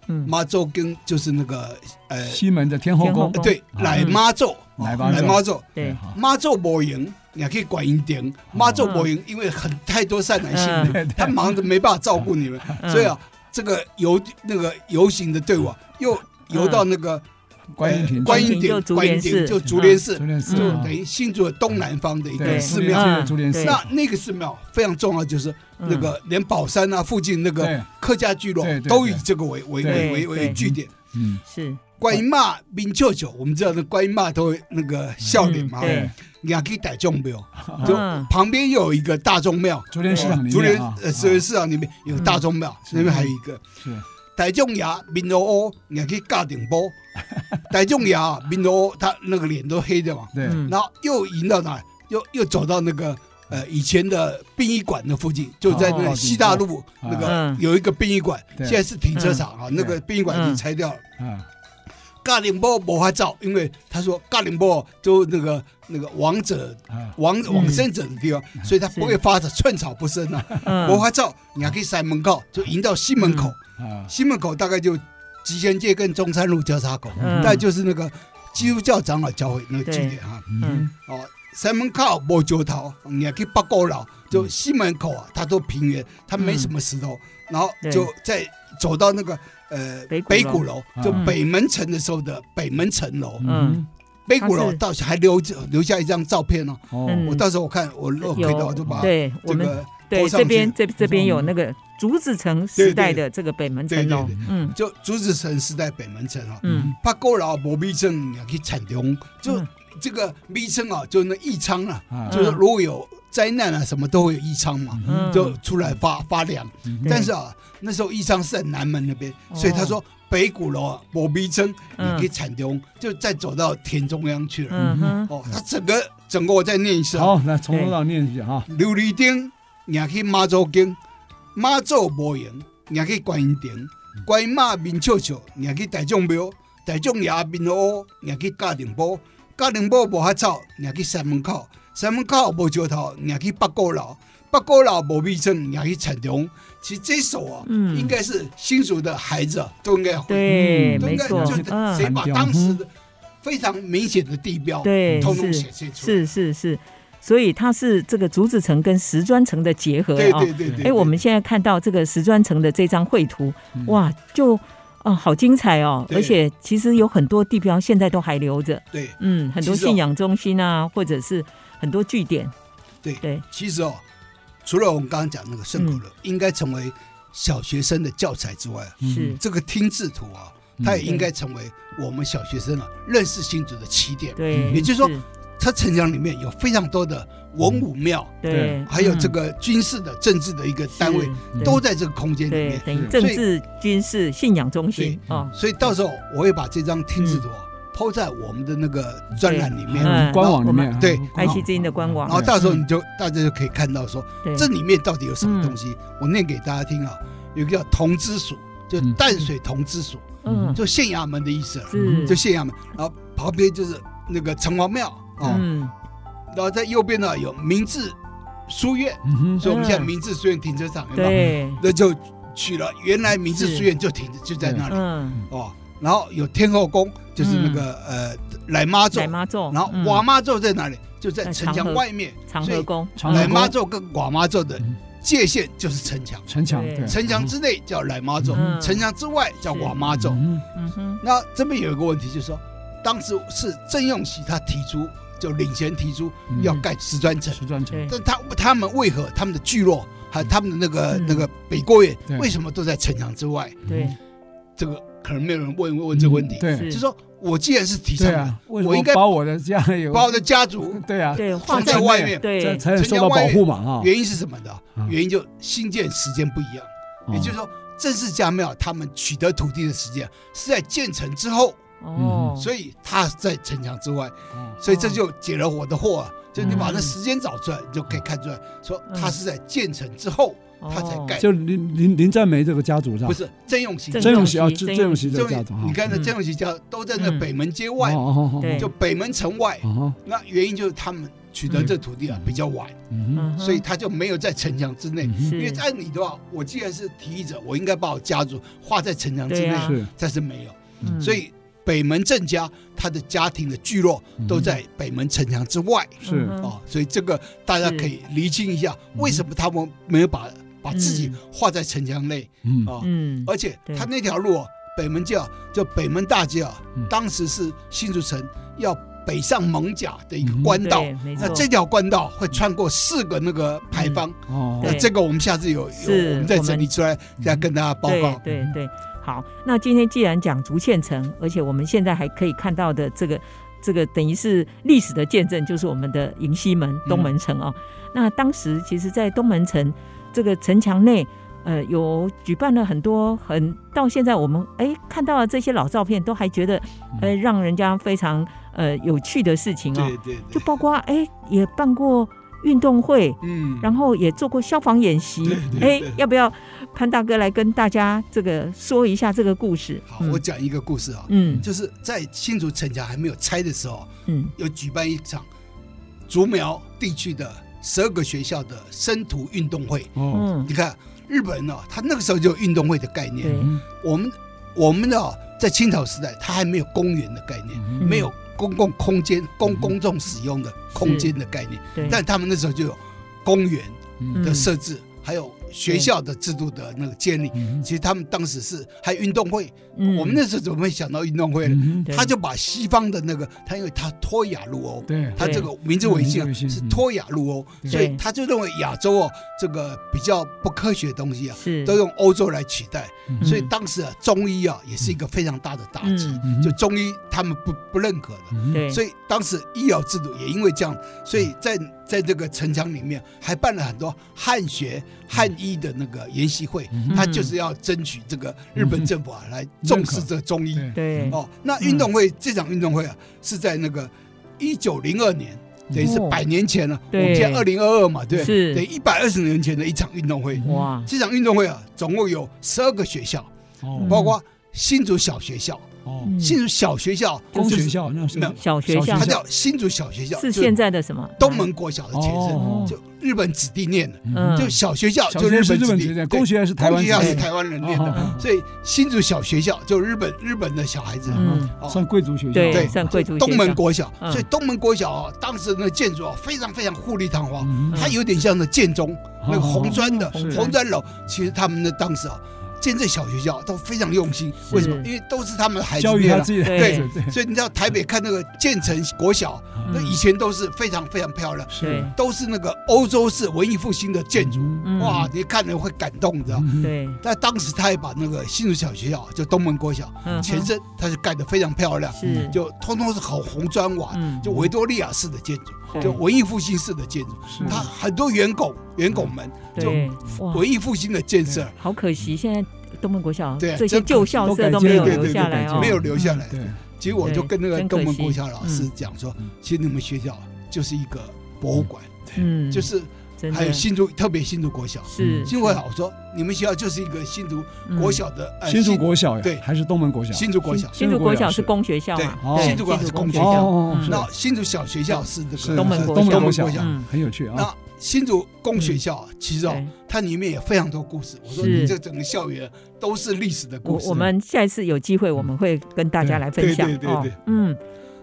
Speaker 1: 嗯
Speaker 3: 妈周经就是那个呃，
Speaker 2: 西门的天后
Speaker 1: 天后
Speaker 2: 宫
Speaker 1: 宫，
Speaker 3: 对，
Speaker 2: 嗯
Speaker 3: 奶妈咒，
Speaker 2: 奶妈
Speaker 3: 奶
Speaker 2: 咒
Speaker 3: 妈咒，
Speaker 1: 对，
Speaker 2: 好
Speaker 3: 妈咒无赢，你还可以管一丁，妈咒无赢，因为很太多善男信
Speaker 1: 嗯
Speaker 3: 女， 他忙着没办法照顾你们，
Speaker 1: 嗯
Speaker 3: 所以啊，这个游那个游行的队伍啊又游到那个
Speaker 2: 嗯观音
Speaker 3: 呃
Speaker 2: 亭，
Speaker 3: 观
Speaker 1: 就
Speaker 3: 音亭，
Speaker 1: 竹
Speaker 3: 观
Speaker 1: 联
Speaker 3: 音亭
Speaker 1: 寺
Speaker 3: 就竹联寺
Speaker 2: 竹，联寺
Speaker 3: 就
Speaker 2: 啊
Speaker 3: 等于新竹的东南方的一个
Speaker 2: 对竹
Speaker 3: 寺庙。
Speaker 2: 联
Speaker 1: 嗯
Speaker 2: 寺，竹联
Speaker 1: 对
Speaker 2: 寺，
Speaker 3: 那那个寺庙非常重要，就是
Speaker 1: 嗯
Speaker 3: 那个连宝山啊附近那个
Speaker 2: 对，嗯
Speaker 3: 客家聚落
Speaker 2: 对对对
Speaker 3: 都以这个为为
Speaker 2: 对
Speaker 3: 为为为
Speaker 1: 对
Speaker 3: 据点。
Speaker 2: 嗯，
Speaker 1: 是
Speaker 3: 观音妈、冰舅舅，我们知道那观音妈都会那个笑脸嘛哦
Speaker 1: 嗯，对
Speaker 2: 对，
Speaker 3: 也可以逮中庙，就
Speaker 1: 嗯
Speaker 3: 旁边又有一个大众庙，
Speaker 2: 竹联市场里面啊嗯
Speaker 3: 竹联
Speaker 2: 啊
Speaker 3: 呃竹联市场里面有大众庙，
Speaker 2: 是
Speaker 3: 那边还有一个
Speaker 2: 是
Speaker 3: 台中牙民罗欧，也可以架 顶波，台中牙民罗欧，他那个脸都黑的嘛，
Speaker 2: 对，
Speaker 1: 嗯
Speaker 3: 然后又引到哪？又又走到那个呃以前的殡仪馆的附近，就在那个
Speaker 2: 哦
Speaker 3: 西大路
Speaker 2: 哦
Speaker 3: 那个
Speaker 1: 嗯
Speaker 3: 有一个殡仪馆，
Speaker 2: 对嗯
Speaker 3: 现在是停车场啊，那个殡仪馆已经拆掉了。
Speaker 2: 啊，
Speaker 3: 尬宁波无法照，因为他说尬宁波就那个那个王者
Speaker 2: 啊，
Speaker 3: 王
Speaker 1: 嗯
Speaker 3: 往生者的地方，所以他不会发展，寸草不生啊。无
Speaker 1: 嗯
Speaker 3: 法照，你还可以塞门口，就引到西门口，
Speaker 2: 啊，
Speaker 3: 西门口大概就集贤街跟中山路交叉口，
Speaker 1: 嗯
Speaker 3: 大概就是那个基督教长老教会那个据点啊。
Speaker 1: 嗯
Speaker 2: 嗯，
Speaker 3: 哦，塞门口无石头，你还可以八沟佬，
Speaker 1: 嗯
Speaker 3: 就西门口啊，它都平原，它没什么石头，然后就再走到那个呃
Speaker 1: 北鼓楼
Speaker 3: 北鼓楼，就
Speaker 2: 嗯
Speaker 3: 北门城的时候的北门城楼。
Speaker 1: 嗯
Speaker 2: 嗯，
Speaker 3: 碑谷楼到还留留下一张照片哦，
Speaker 2: 哦，
Speaker 1: 嗯
Speaker 3: 我到时候我看我如果可以的话，我就把
Speaker 1: 对我
Speaker 3: 这
Speaker 1: 们
Speaker 3: 个
Speaker 1: 对
Speaker 3: 泼上
Speaker 1: 这
Speaker 3: 去
Speaker 1: 边这这边有那个竹子城时代
Speaker 3: 对对
Speaker 1: 的这个北门
Speaker 3: 对
Speaker 1: 城
Speaker 3: 对
Speaker 1: 哦
Speaker 3: 对，
Speaker 1: 嗯
Speaker 3: 就竹子城时代北门城啊，
Speaker 1: 嗯，
Speaker 3: 八沟佬磨米症也去产中，就
Speaker 1: 嗯
Speaker 3: 这个米症啊，就那异昌啊，
Speaker 2: 啊
Speaker 3: 就是如果有灾难啊什么都会有异昌嘛，
Speaker 1: 嗯
Speaker 3: 就出来发发粮。
Speaker 1: 对
Speaker 3: 但是啊，那时候义昌是在南门那边，
Speaker 1: 哦
Speaker 3: 所以他说北鼓楼啊，我迷称
Speaker 1: 嗯
Speaker 3: 你可以产中，就再走到田中央去了。
Speaker 1: 嗯哼，
Speaker 3: 哦，他整个整个我再念一次啊，
Speaker 2: 好，那从头到尾啊念一下哈。
Speaker 3: 琉璃顶，也去妈祖经，妈祖无形，也去观音亭，观音妈面笑笑，也去大众庙，大众爷面乌，也去嘉定堡，嘉定堡无较走，也去山门口，山门口无石头，也去八股楼，八股楼无米村，也去产中。其实这首啊，
Speaker 1: 嗯
Speaker 3: 应该是新竹的孩子啊都应该会，
Speaker 1: 对，
Speaker 2: 嗯
Speaker 3: 都
Speaker 1: 没
Speaker 3: 应该
Speaker 1: 错
Speaker 3: 就，
Speaker 1: 嗯，
Speaker 3: 谁把当时的非常明显的地标，
Speaker 1: 对，
Speaker 3: 通通
Speaker 1: 是
Speaker 3: 写写出来。
Speaker 1: 是是是，所以它是这个竹子城跟石砖城的结合
Speaker 3: 对
Speaker 1: 啊。
Speaker 3: 对对对。嗯
Speaker 1: 哎，我们现在看到这个石砖城的这张绘图，哇，就啊、好精彩哦！
Speaker 3: 对
Speaker 1: 而且其实有很多地标现在都还留着，
Speaker 3: 对
Speaker 1: 嗯，很多
Speaker 3: 其实哦
Speaker 1: 信仰中心啊，或者是很多据点，
Speaker 3: 对
Speaker 1: 对，
Speaker 3: 其实哦，除了我们刚刚讲那个顺口
Speaker 1: 嗯
Speaker 3: 溜，应该成为小学生的教材之外，啊
Speaker 2: 嗯
Speaker 1: 是，
Speaker 3: 这个听字图啊，
Speaker 1: 嗯
Speaker 3: 它也应该成为我们小学生啊认识新竹的起点。
Speaker 1: 对，
Speaker 3: 嗯也就是说
Speaker 1: 是，
Speaker 3: 它城墙里面有非常多的文武庙，
Speaker 1: 对，
Speaker 3: 还有
Speaker 1: 嗯
Speaker 3: 这个军事的、政治的一个单位，
Speaker 1: 是
Speaker 3: 都在这个空间里
Speaker 1: 对，对
Speaker 3: 面。
Speaker 1: 等于政
Speaker 2: 嗯
Speaker 3: 所以嗯
Speaker 1: 治、军事、信仰中心
Speaker 2: 对
Speaker 1: 哦，
Speaker 3: 所以到时候我会把这张听字图啊抛在我们的那个专栏里
Speaker 2: 还
Speaker 3: 面
Speaker 2: 有。
Speaker 1: 嗯
Speaker 2: 官网里
Speaker 1: 我
Speaker 2: 面
Speaker 3: 对
Speaker 2: 爱
Speaker 1: 爱
Speaker 2: 惜
Speaker 1: 惜之音的官网
Speaker 3: 然后到时候你就大家就可以看到说，
Speaker 1: 对，
Speaker 3: 这里面到底有什么东西？
Speaker 1: 嗯
Speaker 3: 我念给大家听啊，有一个叫铜之属，就淡水铜之属，
Speaker 1: 嗯
Speaker 3: 就县衙门的意思了，
Speaker 1: 是
Speaker 3: 嗯就县衙门。然后旁边就是那个城隍庙啊，
Speaker 1: 嗯
Speaker 3: 然后在右边呢有明治书院，
Speaker 2: 嗯哼，
Speaker 3: 所以我们现在明治书院停车场有没有？
Speaker 1: 对
Speaker 3: 那就取了原来明治书院就停就在那里
Speaker 1: 嗯
Speaker 3: 哦。然后有天后宫，就是那个呃奶妈咒
Speaker 1: 奶，妈咒，
Speaker 3: 然后
Speaker 1: 嗯
Speaker 3: 瓦妈咒在哪里？就在
Speaker 1: 在
Speaker 3: 城
Speaker 1: 长
Speaker 3: 墙
Speaker 1: 河嗯
Speaker 3: 外面，
Speaker 1: 长
Speaker 3: 所以
Speaker 1: 和宫
Speaker 2: 长河
Speaker 3: 奶
Speaker 2: 宫
Speaker 3: 妈咒跟瓦妈咒的
Speaker 1: 嗯
Speaker 3: 界限就是城墙，
Speaker 2: 城墙，
Speaker 1: 对
Speaker 2: 对，
Speaker 3: 城墙之内叫奶妈咒，
Speaker 1: 嗯
Speaker 3: 城墙之外叫瓦妈咒。
Speaker 2: 嗯
Speaker 1: 嗯哼
Speaker 3: 那这边有一个问题，就是说，当时是郑用锡他提出，就领衔提出
Speaker 2: 嗯
Speaker 3: 要盖石砖城，
Speaker 2: 石砖城
Speaker 1: 对，
Speaker 3: 但他他们为何他们的聚落还有他们的那个、
Speaker 1: 嗯
Speaker 3: 那个北郭院
Speaker 2: 对
Speaker 3: 为什么都在城墙之外？
Speaker 1: 对
Speaker 3: 这个可能没有人问问这个问题。
Speaker 2: 嗯对
Speaker 1: 是
Speaker 3: 就说我既然是提倡
Speaker 2: 对
Speaker 3: 的，
Speaker 2: 啊，为什
Speaker 3: 我应
Speaker 2: 么
Speaker 3: 该
Speaker 2: 把我的家有
Speaker 3: 把我的家族
Speaker 2: 对啊，
Speaker 1: 对，
Speaker 3: 放
Speaker 1: 画
Speaker 3: 在
Speaker 1: 在
Speaker 3: 外面，
Speaker 2: 这
Speaker 3: 嗯
Speaker 1: 对
Speaker 2: 才能受到保护嘛啊哈。
Speaker 3: 原因是什么呢？
Speaker 2: 嗯
Speaker 3: 原因就兴建时间不一样，
Speaker 2: 啊
Speaker 3: 也就是说。郑氏家庙他们取得土地的时间是在建成之后，
Speaker 1: 哦，
Speaker 3: 嗯所
Speaker 1: 以
Speaker 3: 以它在城墙之外。
Speaker 2: 哦
Speaker 3: 所以这就解了我的惑啊！就你把
Speaker 1: 嗯
Speaker 3: 那时间找出来，你就可以看出来，说
Speaker 2: 嗯
Speaker 3: 他是在建成之后他才
Speaker 1: 哦
Speaker 3: 盖，
Speaker 2: 就林林林占梅哦这个家族上
Speaker 3: 不，是郑用锡。
Speaker 1: 郑
Speaker 2: 郑永
Speaker 1: 用
Speaker 2: 熙啊，
Speaker 1: 郑
Speaker 2: 郑郑永熙这
Speaker 3: 郑
Speaker 2: 个家族哈
Speaker 3: 你。看那
Speaker 1: 嗯
Speaker 3: 郑用锡家都在那
Speaker 1: 嗯
Speaker 3: 北门街
Speaker 2: 哦
Speaker 3: 外，
Speaker 2: 哦哦，
Speaker 1: 对
Speaker 3: 就北门城外。
Speaker 2: 哦，
Speaker 3: 那原因就是他们取得这土地啊
Speaker 2: 嗯
Speaker 3: 比较晚，
Speaker 2: 嗯哼，
Speaker 3: 所以他就没有在城墙之内
Speaker 2: 嗯。
Speaker 1: 是
Speaker 3: 因为按理的话，我既然是提议者，我应该把我家族划在城墙之
Speaker 1: 对
Speaker 3: 内
Speaker 1: 啊，
Speaker 2: 是，
Speaker 3: 但是没有，
Speaker 1: 嗯
Speaker 3: 所以北门郑家他的家庭的聚落都在北门城墙之外。
Speaker 2: 是
Speaker 1: 嗯
Speaker 3: 哦，所以这个大家可以厘清一下，为什么他们没有把把自己画在城墙内
Speaker 2: 嗯
Speaker 3: 啊？
Speaker 1: 嗯
Speaker 3: 而且
Speaker 1: 对
Speaker 3: 他那条路啊，北门街啊，就北门大街啊
Speaker 2: 嗯，
Speaker 3: 当时是新竹城要北上蒙甲的一个官道。
Speaker 1: 嗯对没
Speaker 3: 那
Speaker 1: 错
Speaker 3: 这条官道会穿过四个那个牌坊，
Speaker 2: 哦，
Speaker 3: 那
Speaker 1: 嗯对
Speaker 3: 这个我们下次有有
Speaker 1: 是
Speaker 3: 我们再整理出来
Speaker 2: 们
Speaker 3: 再跟大家报告。
Speaker 1: 对对对，好，那今天既然讲竹堑城，而且我们现在还可以看到的这个这个等于是历史的见证，就是我们的迎西门东门城哦。那当时其实，在东门城这个城墙内。呃，有举办了很多很，到现在我们哎看到了这些老照片，都还觉得，呃，让人家非常呃有趣的事情哦
Speaker 3: 嗯对，对
Speaker 1: 就
Speaker 3: 对，
Speaker 1: 包括哎也办过运动会，
Speaker 3: 嗯，
Speaker 1: 然后也做过消防演习
Speaker 3: 对。
Speaker 1: 哎
Speaker 3: 对对，
Speaker 1: 要不要潘大哥来跟大家这个说一下这个故事？
Speaker 3: 好，
Speaker 1: 嗯
Speaker 3: 我讲一个故事啊，
Speaker 1: 嗯
Speaker 3: 就是在新竹城墙还没有拆的时候，
Speaker 1: 嗯
Speaker 3: 有举办一场竹苗地区的十二个学校的生徒运动会。
Speaker 2: 哦，
Speaker 1: 嗯
Speaker 3: 你，看日本人呢、他那个时候就有运动会的概念。
Speaker 1: 对，
Speaker 3: 我们我们呢、在清朝时代，他还没有公园的概念，
Speaker 2: 嗯
Speaker 3: 没有公共空间、供公众使用的空间的概念。
Speaker 1: 嗯对，
Speaker 3: 但他们那时候就有公园
Speaker 2: 嗯
Speaker 3: 的设置，还有学校的制度的那个建立，
Speaker 2: 嗯
Speaker 3: 其实他们当时是还运动会，
Speaker 1: 嗯
Speaker 3: 我们那时候怎么会想到运动会呢？
Speaker 2: 嗯
Speaker 1: 对
Speaker 3: 他就把西方的那个，他因为他脱亚入欧，
Speaker 2: 对，
Speaker 3: 他这个明治
Speaker 2: 嗯
Speaker 3: 维
Speaker 2: 明治
Speaker 3: 新啊
Speaker 2: 维新
Speaker 3: 是
Speaker 2: 嗯
Speaker 3: 脱亚入欧，
Speaker 2: 对
Speaker 3: 所以他就认为亚洲哦这个比较不科学的东西啊，
Speaker 1: 是
Speaker 3: 都用欧洲来取代。
Speaker 2: 嗯
Speaker 3: 所以当时啊，中医啊也是一个非常大的打击，
Speaker 2: 嗯
Speaker 3: 就中医他们不不认可的。
Speaker 2: 嗯
Speaker 1: 对，
Speaker 3: 所
Speaker 1: 以
Speaker 3: 以当时医疗制度也因为这样，所以在在这个城墙里面还办了很多汉学汉医的那个研习会，
Speaker 2: 嗯
Speaker 3: 他就是要争取这个日本政府啊来重视这个中医。
Speaker 1: 对
Speaker 3: 哦，那运
Speaker 1: 嗯
Speaker 3: 动会这场运动会啊是在那个一九零二年，等于是
Speaker 1: 哦
Speaker 3: 百年前了、我
Speaker 1: 对
Speaker 3: 们现在二零二二嘛，对，
Speaker 1: 是嗯
Speaker 3: 等于一百二十年前的一场运动会。
Speaker 1: 哇，
Speaker 3: 这场运动会啊，总共有十二个学校，
Speaker 2: 哦
Speaker 3: 包括新竹小学校、
Speaker 2: 哦，
Speaker 1: 嗯
Speaker 3: 新竹小学校、
Speaker 2: 工
Speaker 3: 就是
Speaker 2: 学校那是
Speaker 3: 没有
Speaker 1: 小学校
Speaker 3: 它叫新竹小学校，
Speaker 1: 是
Speaker 3: 就
Speaker 1: 现在的什么
Speaker 3: 东门国小的前身，
Speaker 2: 哦
Speaker 3: 就日本指定念的，
Speaker 1: 嗯
Speaker 3: 就小学校
Speaker 2: 小
Speaker 3: 啊就
Speaker 2: 学是日
Speaker 3: 指
Speaker 2: 本
Speaker 3: 定
Speaker 2: 学校，，
Speaker 3: 对
Speaker 2: 工学校是台
Speaker 3: 工
Speaker 2: 湾
Speaker 3: 学校
Speaker 2: 学
Speaker 3: 是
Speaker 2: 校
Speaker 3: 台湾人念
Speaker 2: 哦
Speaker 1: 嗯
Speaker 3: 的，
Speaker 2: 哦
Speaker 3: 所以新竹小学校就日本日本的小孩子，
Speaker 1: 嗯
Speaker 2: 哦算贵族学校，
Speaker 1: 对
Speaker 3: 对
Speaker 1: 算贵族学校
Speaker 3: 东门国小，
Speaker 1: 嗯
Speaker 3: 所以东门国小啊，当时那建筑啊非常非常富丽堂皇，
Speaker 2: 嗯哦
Speaker 3: 它有点像那建中那个红砖的
Speaker 1: 是
Speaker 3: 红砖楼，其实他们的当时啊建这小学校都非常用心，为什么？因为都是他们的孩子
Speaker 2: 教育
Speaker 3: 念
Speaker 2: 他
Speaker 3: 了。
Speaker 2: 自己的嗯
Speaker 1: 对
Speaker 2: 孩子，对，
Speaker 3: 所以你知道台北看那个建成国小，那以前都是非常非常漂亮，
Speaker 2: 是
Speaker 1: 对
Speaker 3: 都是那个欧洲式文艺复兴的建筑，
Speaker 1: 嗯
Speaker 3: 哇，你看了会感动，你知道？
Speaker 2: 嗯
Speaker 1: 对
Speaker 3: 但当时他也把那个新竹小学校，就东门国小
Speaker 1: 嗯
Speaker 3: 前身，他就盖得非常漂亮，
Speaker 1: 是
Speaker 3: 就通通是好红砖瓦，
Speaker 1: 嗯
Speaker 3: 就维多利亚式的建筑，
Speaker 1: 对
Speaker 3: 就文艺复兴式的建筑。
Speaker 2: 是
Speaker 3: 它很多圆拱、圆拱门，就
Speaker 1: 嗯对哇，
Speaker 3: 文艺复兴的建设
Speaker 1: 好可惜，现在东门国小
Speaker 3: 对
Speaker 1: 这些旧校舍都没有留下来哦，
Speaker 3: 没有留下来。
Speaker 2: 对，
Speaker 3: 结果我就跟那个
Speaker 1: 对真可
Speaker 3: 东
Speaker 1: 惜
Speaker 3: 门国小老师讲说
Speaker 2: 嗯，
Speaker 3: 其实你们学校就是一个博物馆，
Speaker 1: 嗯，
Speaker 3: 就是
Speaker 1: 真的
Speaker 3: 还有新竹，特别新竹国小。
Speaker 1: 是嗯
Speaker 3: 新竹国小我说，你们学校就是一个新竹国小的呃
Speaker 2: 新竹国小呀，
Speaker 3: 对
Speaker 2: 还是东门国小，
Speaker 3: 新竹国小，
Speaker 1: 新竹国小是公学校嘛，
Speaker 2: 对
Speaker 1: 对
Speaker 3: 新竹国小是公
Speaker 1: 新
Speaker 3: 学
Speaker 1: 竹
Speaker 3: 校
Speaker 2: 哦
Speaker 1: 嗯
Speaker 2: 是
Speaker 3: 那新竹小学校是那
Speaker 2: 是
Speaker 3: 个
Speaker 1: 东门国
Speaker 2: 东门
Speaker 1: 小
Speaker 2: 国小
Speaker 3: 东门国，小
Speaker 2: 嗯很有趣啊，
Speaker 3: 那新竹工学校啊其实哦
Speaker 1: 对，
Speaker 3: 它里面也非常多故事。我说
Speaker 1: 是
Speaker 3: 你这整个校园都是历史的故
Speaker 1: 我
Speaker 3: 事。
Speaker 1: 我们下一次有机会，我们会跟大家来分享
Speaker 3: 对对对
Speaker 1: 哦
Speaker 3: 对对。
Speaker 1: 嗯，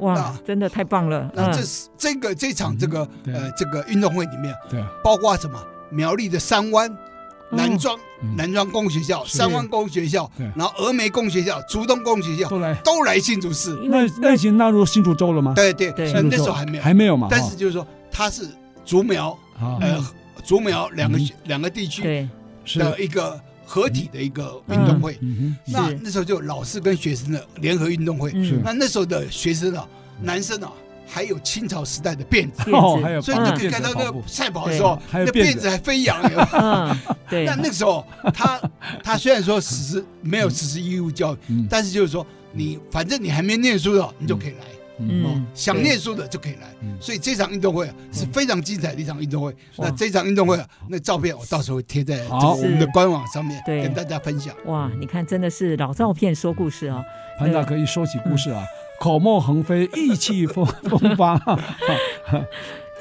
Speaker 1: 哇
Speaker 3: 那，
Speaker 1: 真的太棒了。
Speaker 3: 那这
Speaker 1: 嗯
Speaker 3: 是这个这场这个
Speaker 2: 嗯对
Speaker 3: 呃这个运动会里面，
Speaker 2: 对，哦
Speaker 3: 包括什么苗栗的三湾、南庄
Speaker 2: 嗯、
Speaker 3: 南庄工学校、
Speaker 2: 是
Speaker 3: 三湾工学校
Speaker 2: 对，
Speaker 3: 然后峨眉工学校、竹东工学校
Speaker 2: 都来，
Speaker 3: 都来新竹市。
Speaker 1: 因
Speaker 2: 那
Speaker 1: 为
Speaker 2: 那已经纳入新竹州了吗？
Speaker 3: 对对，
Speaker 1: 对
Speaker 3: 那
Speaker 2: 嗯新竹
Speaker 3: 那
Speaker 2: 州
Speaker 3: 时候还没有，
Speaker 2: 还没有嘛，
Speaker 3: 但是就是说它是竹苗
Speaker 2: 啊，
Speaker 3: 呃竹苗两个
Speaker 2: 嗯
Speaker 3: 两个地区
Speaker 1: 对
Speaker 2: 是，
Speaker 3: 的一个合体的一个运动会。
Speaker 2: 嗯哼，
Speaker 3: 那
Speaker 1: 是
Speaker 3: 那时候就老师跟学生的联合运动会。
Speaker 1: 嗯
Speaker 2: 是
Speaker 3: 那那时候的学生啊，男生啊，还有清朝时代的辫子，
Speaker 1: 辫
Speaker 2: 哦，
Speaker 1: 子
Speaker 2: 嗯还有
Speaker 3: 所以你
Speaker 2: 嗯
Speaker 3: 可以看到
Speaker 2: 电子跑
Speaker 3: 那
Speaker 2: 步
Speaker 3: 个赛跑的时候
Speaker 2: 对，还有
Speaker 3: 那
Speaker 2: 辫
Speaker 3: 辫
Speaker 2: 子
Speaker 3: 子还飞扬。有没有
Speaker 1: 嗯， 对
Speaker 3: 那那个时候，他他虽然说实施没有实施义务教育
Speaker 2: 嗯，
Speaker 3: 但是就是说，你反正你还没念书的，你就可以来。哦
Speaker 1: 嗯
Speaker 3: 想念书的就可以来
Speaker 2: 嗯，
Speaker 3: 所以这场运动会啊是非常精彩的一场运动会。
Speaker 1: 哇
Speaker 3: 那这场运动会啊，那照片我到时候会贴在这个
Speaker 2: 好
Speaker 3: 我们的官网上面，
Speaker 1: 对
Speaker 3: 跟大家分享。
Speaker 1: 哇，你看真的是老照片说故事哦。
Speaker 2: 潘大哥一说起故事啊，口沫横飞，意气风 风发，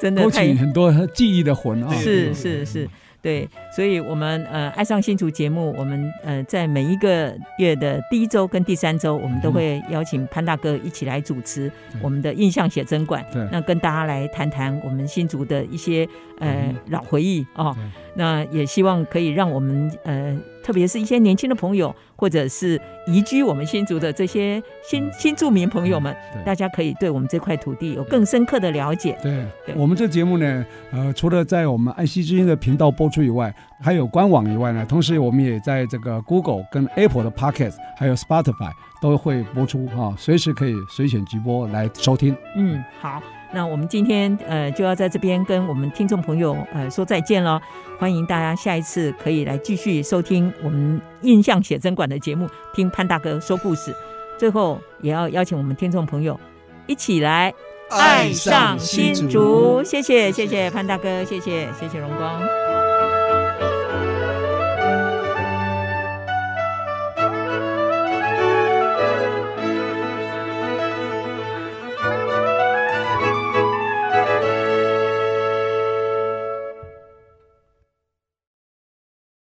Speaker 1: 真的
Speaker 2: 勾
Speaker 1: 太
Speaker 2: 起很多记忆的魂啊。
Speaker 1: 是是是，对，所以我们呃爱上新竹节目，我们呃在每一个月的第一周跟第三周，我们都会邀请潘大哥一起来主持
Speaker 2: 嗯对
Speaker 1: 我们的印象写真馆
Speaker 2: 对，
Speaker 1: 那跟大家来谈谈我们新竹的一些呃
Speaker 2: 嗯
Speaker 1: 老回忆哦
Speaker 2: 对。
Speaker 1: 那也希望可以让我们呃，特别是一些年轻的朋友，或者是移居我们新竹的这些新新住民朋友们
Speaker 2: 嗯对，
Speaker 1: 大家可以对我们这块土地有更深刻的了解。
Speaker 2: 对
Speaker 1: 对
Speaker 2: 我们这节目呢，呃，除了在我们爱惜之音的频道播出以外，还有官网以外呢，同时我们也在这个 Google 跟 Apple 的 Podcast，还有 Spotify 都会播出啊，随时可以随选直播来收听。
Speaker 1: 嗯，好，那我们今天呃就要在这边跟我们听众朋友呃说再见了，欢迎大家下一次可以来继续收听我们印象写真馆的节目，听潘大哥说故事。最后也要邀请我们听众朋友一起来爱上新竹，谢谢谢谢潘大哥，谢谢谢谢荣光。